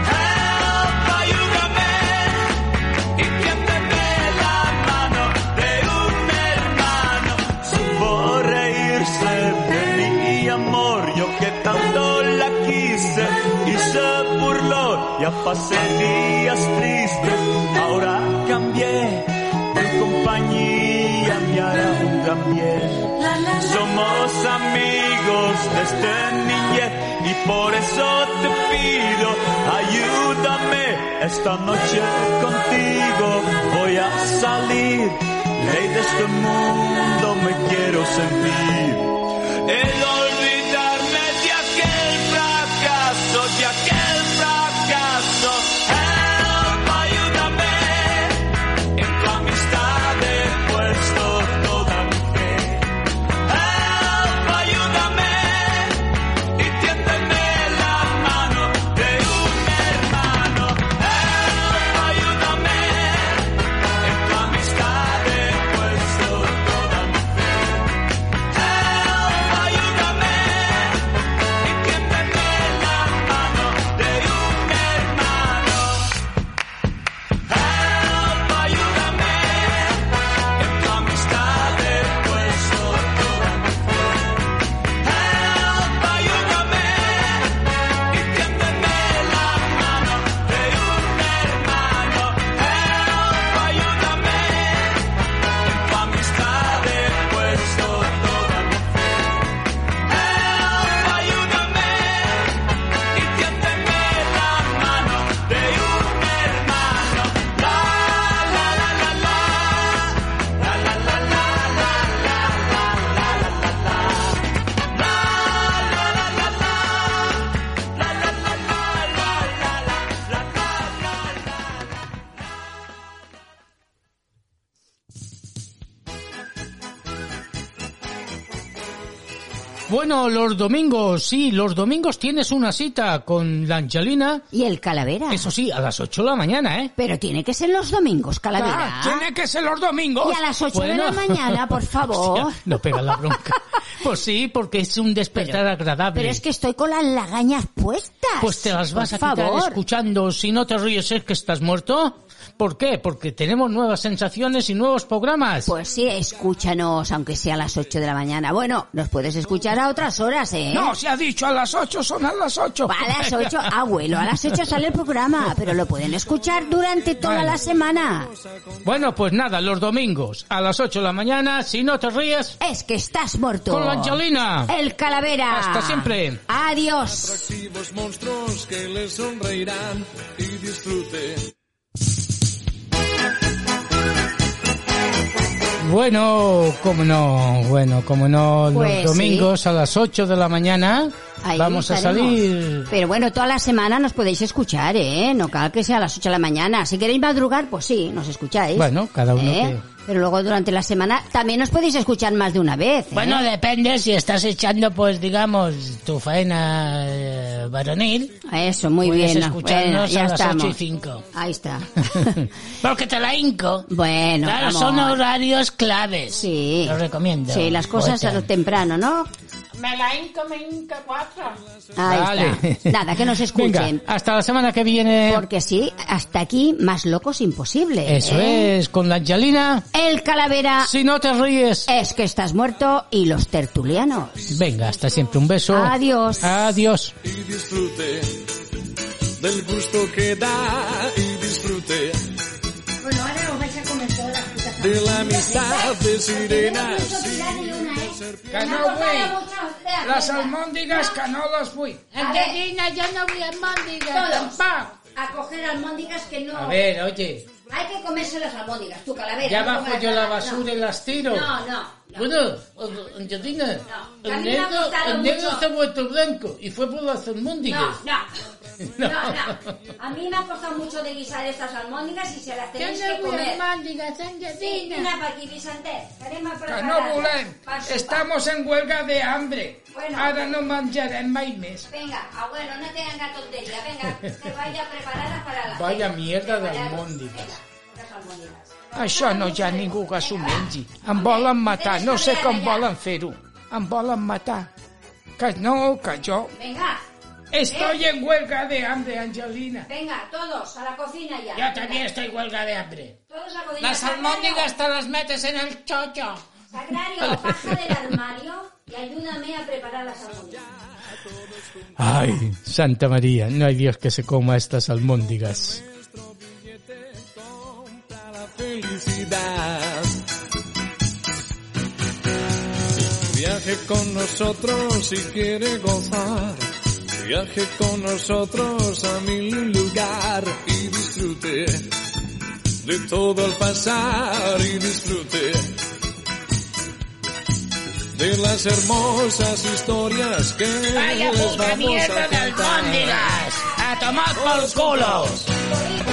S8: Help, ayúdame. Y tiéndeme la mano de un hermano. Supo reírse de mi amor. Yo que tanto la quise y se burló. Ya pasé días tristes. Ahora cambié. Tu compañía me hará un gran bien. Somos amigos desde niñez y por eso te pido, ayúdame esta noche contigo. Voy a salir, ley de este mundo me quiero sentir. El olvidarme de aquel fracaso, de aquel fracaso. Help, ayúdame. En tu amistad he puesto toda mi fe. Help, ayúdame. Y tiéndeme la mano de un hermano. Help, ayúdame. En tu amistad he puesto toda mi fe. Help, ayúdame. Y tiéndeme la mano de un hermano. Help, ayúdame. En tu amistad he puesto toda mi fe. Help, ayúdame. Y tiéndeme la mano de un hermano. Help, ayúdame. En tu amistad he puesto toda mi fe. Help, ayúdame. Y tiéndeme la mano de un hermano. La, la, la, la, la. La, la, la, la, la, la, la, la, la, la, la. La, la, la, la, la. La, la, la, la, la, la, la, la, la, la, la.
S2: Bueno, los domingos, sí, los domingos tienes una cita con la Angelina.
S3: Y el calavera.
S2: Eso sí, a las 8 de la mañana, ¿eh?
S3: Pero tiene que ser los domingos,
S1: Ah,
S3: calavera.
S1: tiene que ser los domingos.
S3: Y a las 8 de la
S2: Bueno.
S3: mañana, por favor.
S2: [laughs] Hostia, no pega
S3: [laughs]
S2: la bronca. Pues sí, porque es un despertar agradable.
S3: Pero es que estoy con las lagañas puestas.
S2: Pues te las vas
S3: por
S2: a quitar
S3: favor.
S2: escuchando. Si no te ríes es que estás muerto. ¿Por qué? Porque tenemos nuevas sensaciones y nuevos programas.
S3: Pues sí, escúchanos, aunque sea a las 8 de la mañana. Bueno, nos puedes escuchar a otras horas, ¿eh?
S1: No, se ha dicho a las 8, son a las 8.
S3: A las 8, abuelo, a las 8 sale el programa, pero lo pueden escuchar durante toda la semana.
S2: Bueno, pues nada, los domingos a las 8 de la mañana, si no te ríes,
S3: Es que estás muerto.
S2: Con la Angelina.
S3: El calavera.
S2: Hasta siempre.
S3: Adiós.
S7: Atractivos monstruos que le sonreirán y disfrute.
S2: Bueno, como no, bueno, como no,
S3: Pues sí.
S2: los domingos a las 8 de la mañana
S3: Ahí
S2: vamos a
S3: estaremos.
S2: salir.
S3: Pero bueno, toda la semana nos podéis escuchar, ¿eh? No cada que sea a las 8 de la mañana. Si queréis madrugar, pues sí, nos escucháis.
S2: Bueno, cada uno
S3: ¿Eh?
S2: que-
S3: Pero luego durante la semana también nos podéis escuchar más de una vez. ¿eh?
S4: Bueno, depende si estás echando, pues, digamos, tu faena eh, varonil.
S3: Eso, muy
S4: puedes
S3: bien. Bueno,
S4: escucharnos
S3: ya
S4: a las
S3: estamos.
S4: 8 y
S3: [laughs]
S4: 5.
S3: Ahí está.
S4: Porque te la hinco.
S3: bueno,
S4: claro,
S3: vamos.
S4: son horarios claves.
S3: Sí.
S4: Lo recomiendo.
S3: Sí, las cosas a lo
S4: Poeta.
S3: temprano, ¿no?
S4: Me la hinco, me hinco cuatro.
S3: Ahí
S2: Vale.
S3: está. Nada, que nos escuchen.
S2: [laughs] Venga, hasta la semana que viene.
S3: Porque sí, hasta aquí más locos imposible.
S2: Eso
S3: ¿eh? Ah.
S2: es, con la Angelina.
S3: El calavera
S2: Si no te ríes.
S3: es que estás muerto y los tertulianos.
S2: Venga, hasta siempre. Un beso.
S3: Adiós.
S2: Ah. Adiós.
S7: y disfrute del gusto que da y disfrute de la amistad de sirenas.
S3: ¿eh?
S1: Que no voy. Las almóndigas que no las voy.
S4: Angelina, yo no voy a Mónica.
S3: A coger almóndigas que no...
S2: ver, oye.
S3: Hay que comerse las albóndigas, tu calavera.
S4: Ya
S3: no
S4: bajo
S3: comas
S4: yo la
S3: nada,
S4: basura
S3: no.
S4: y las tiro.
S3: No, no. no.
S4: Bueno, o- Angelina,
S3: No, a
S4: el
S3: mí me ha
S4: negro,
S3: gustado
S4: el negro
S3: mucho.
S4: se ha vuelto blanco y fue por las almóndigas.
S3: No, no. No,
S4: [laughs]
S3: no. A mí me ha costado mucho de guisar estas almóndigas y se las tenéis que comer. Sí, una para aquí, Vicente. Tenemos
S1: no
S3: preparada.
S1: volem.
S3: Pa' sopa.
S1: Estamos en huelga de hambre.
S3: Bueno.
S1: Ahora no manjarem mai més.
S3: Venga, abuelo, no te hagas tontería. Venga, que vaya preparada para la
S2: Vaya
S3: cena.
S2: mierda de
S3: Preparados.
S2: almóndigas.
S3: Venga, las almóndigas.
S4: Ah,
S1: Això no hi ha ningú que s'ho mengi. Em volen matar, no sé com volen fer-ho. Em volen matar. Que no, que jo...
S3: Venga,
S1: Estoy en huelga de hambre, Angelina.
S3: venga, todos a la cocina ya.
S4: Yo también estoy huelga de hambre.
S3: Todos a la cocina.
S4: Las
S3: Sagrario,
S4: almóndigas te las metes en el chocho.
S3: Sagrario, baja del armario y ayúdame a preparar las almóndigas.
S2: Ay, Santa María, no hay Dios que se coma estas almóndigas.
S7: la felicidad. Viaje con nosotros si quiere gozar. Viaje con nosotros a mil lugar y disfrute de todo al pasar y disfrute de las hermosas historias que
S4: ¡Vaya
S7: vamos
S4: puta
S7: a
S4: mierda de
S7: contar.
S4: almóndigas! ¡A tomar por culos!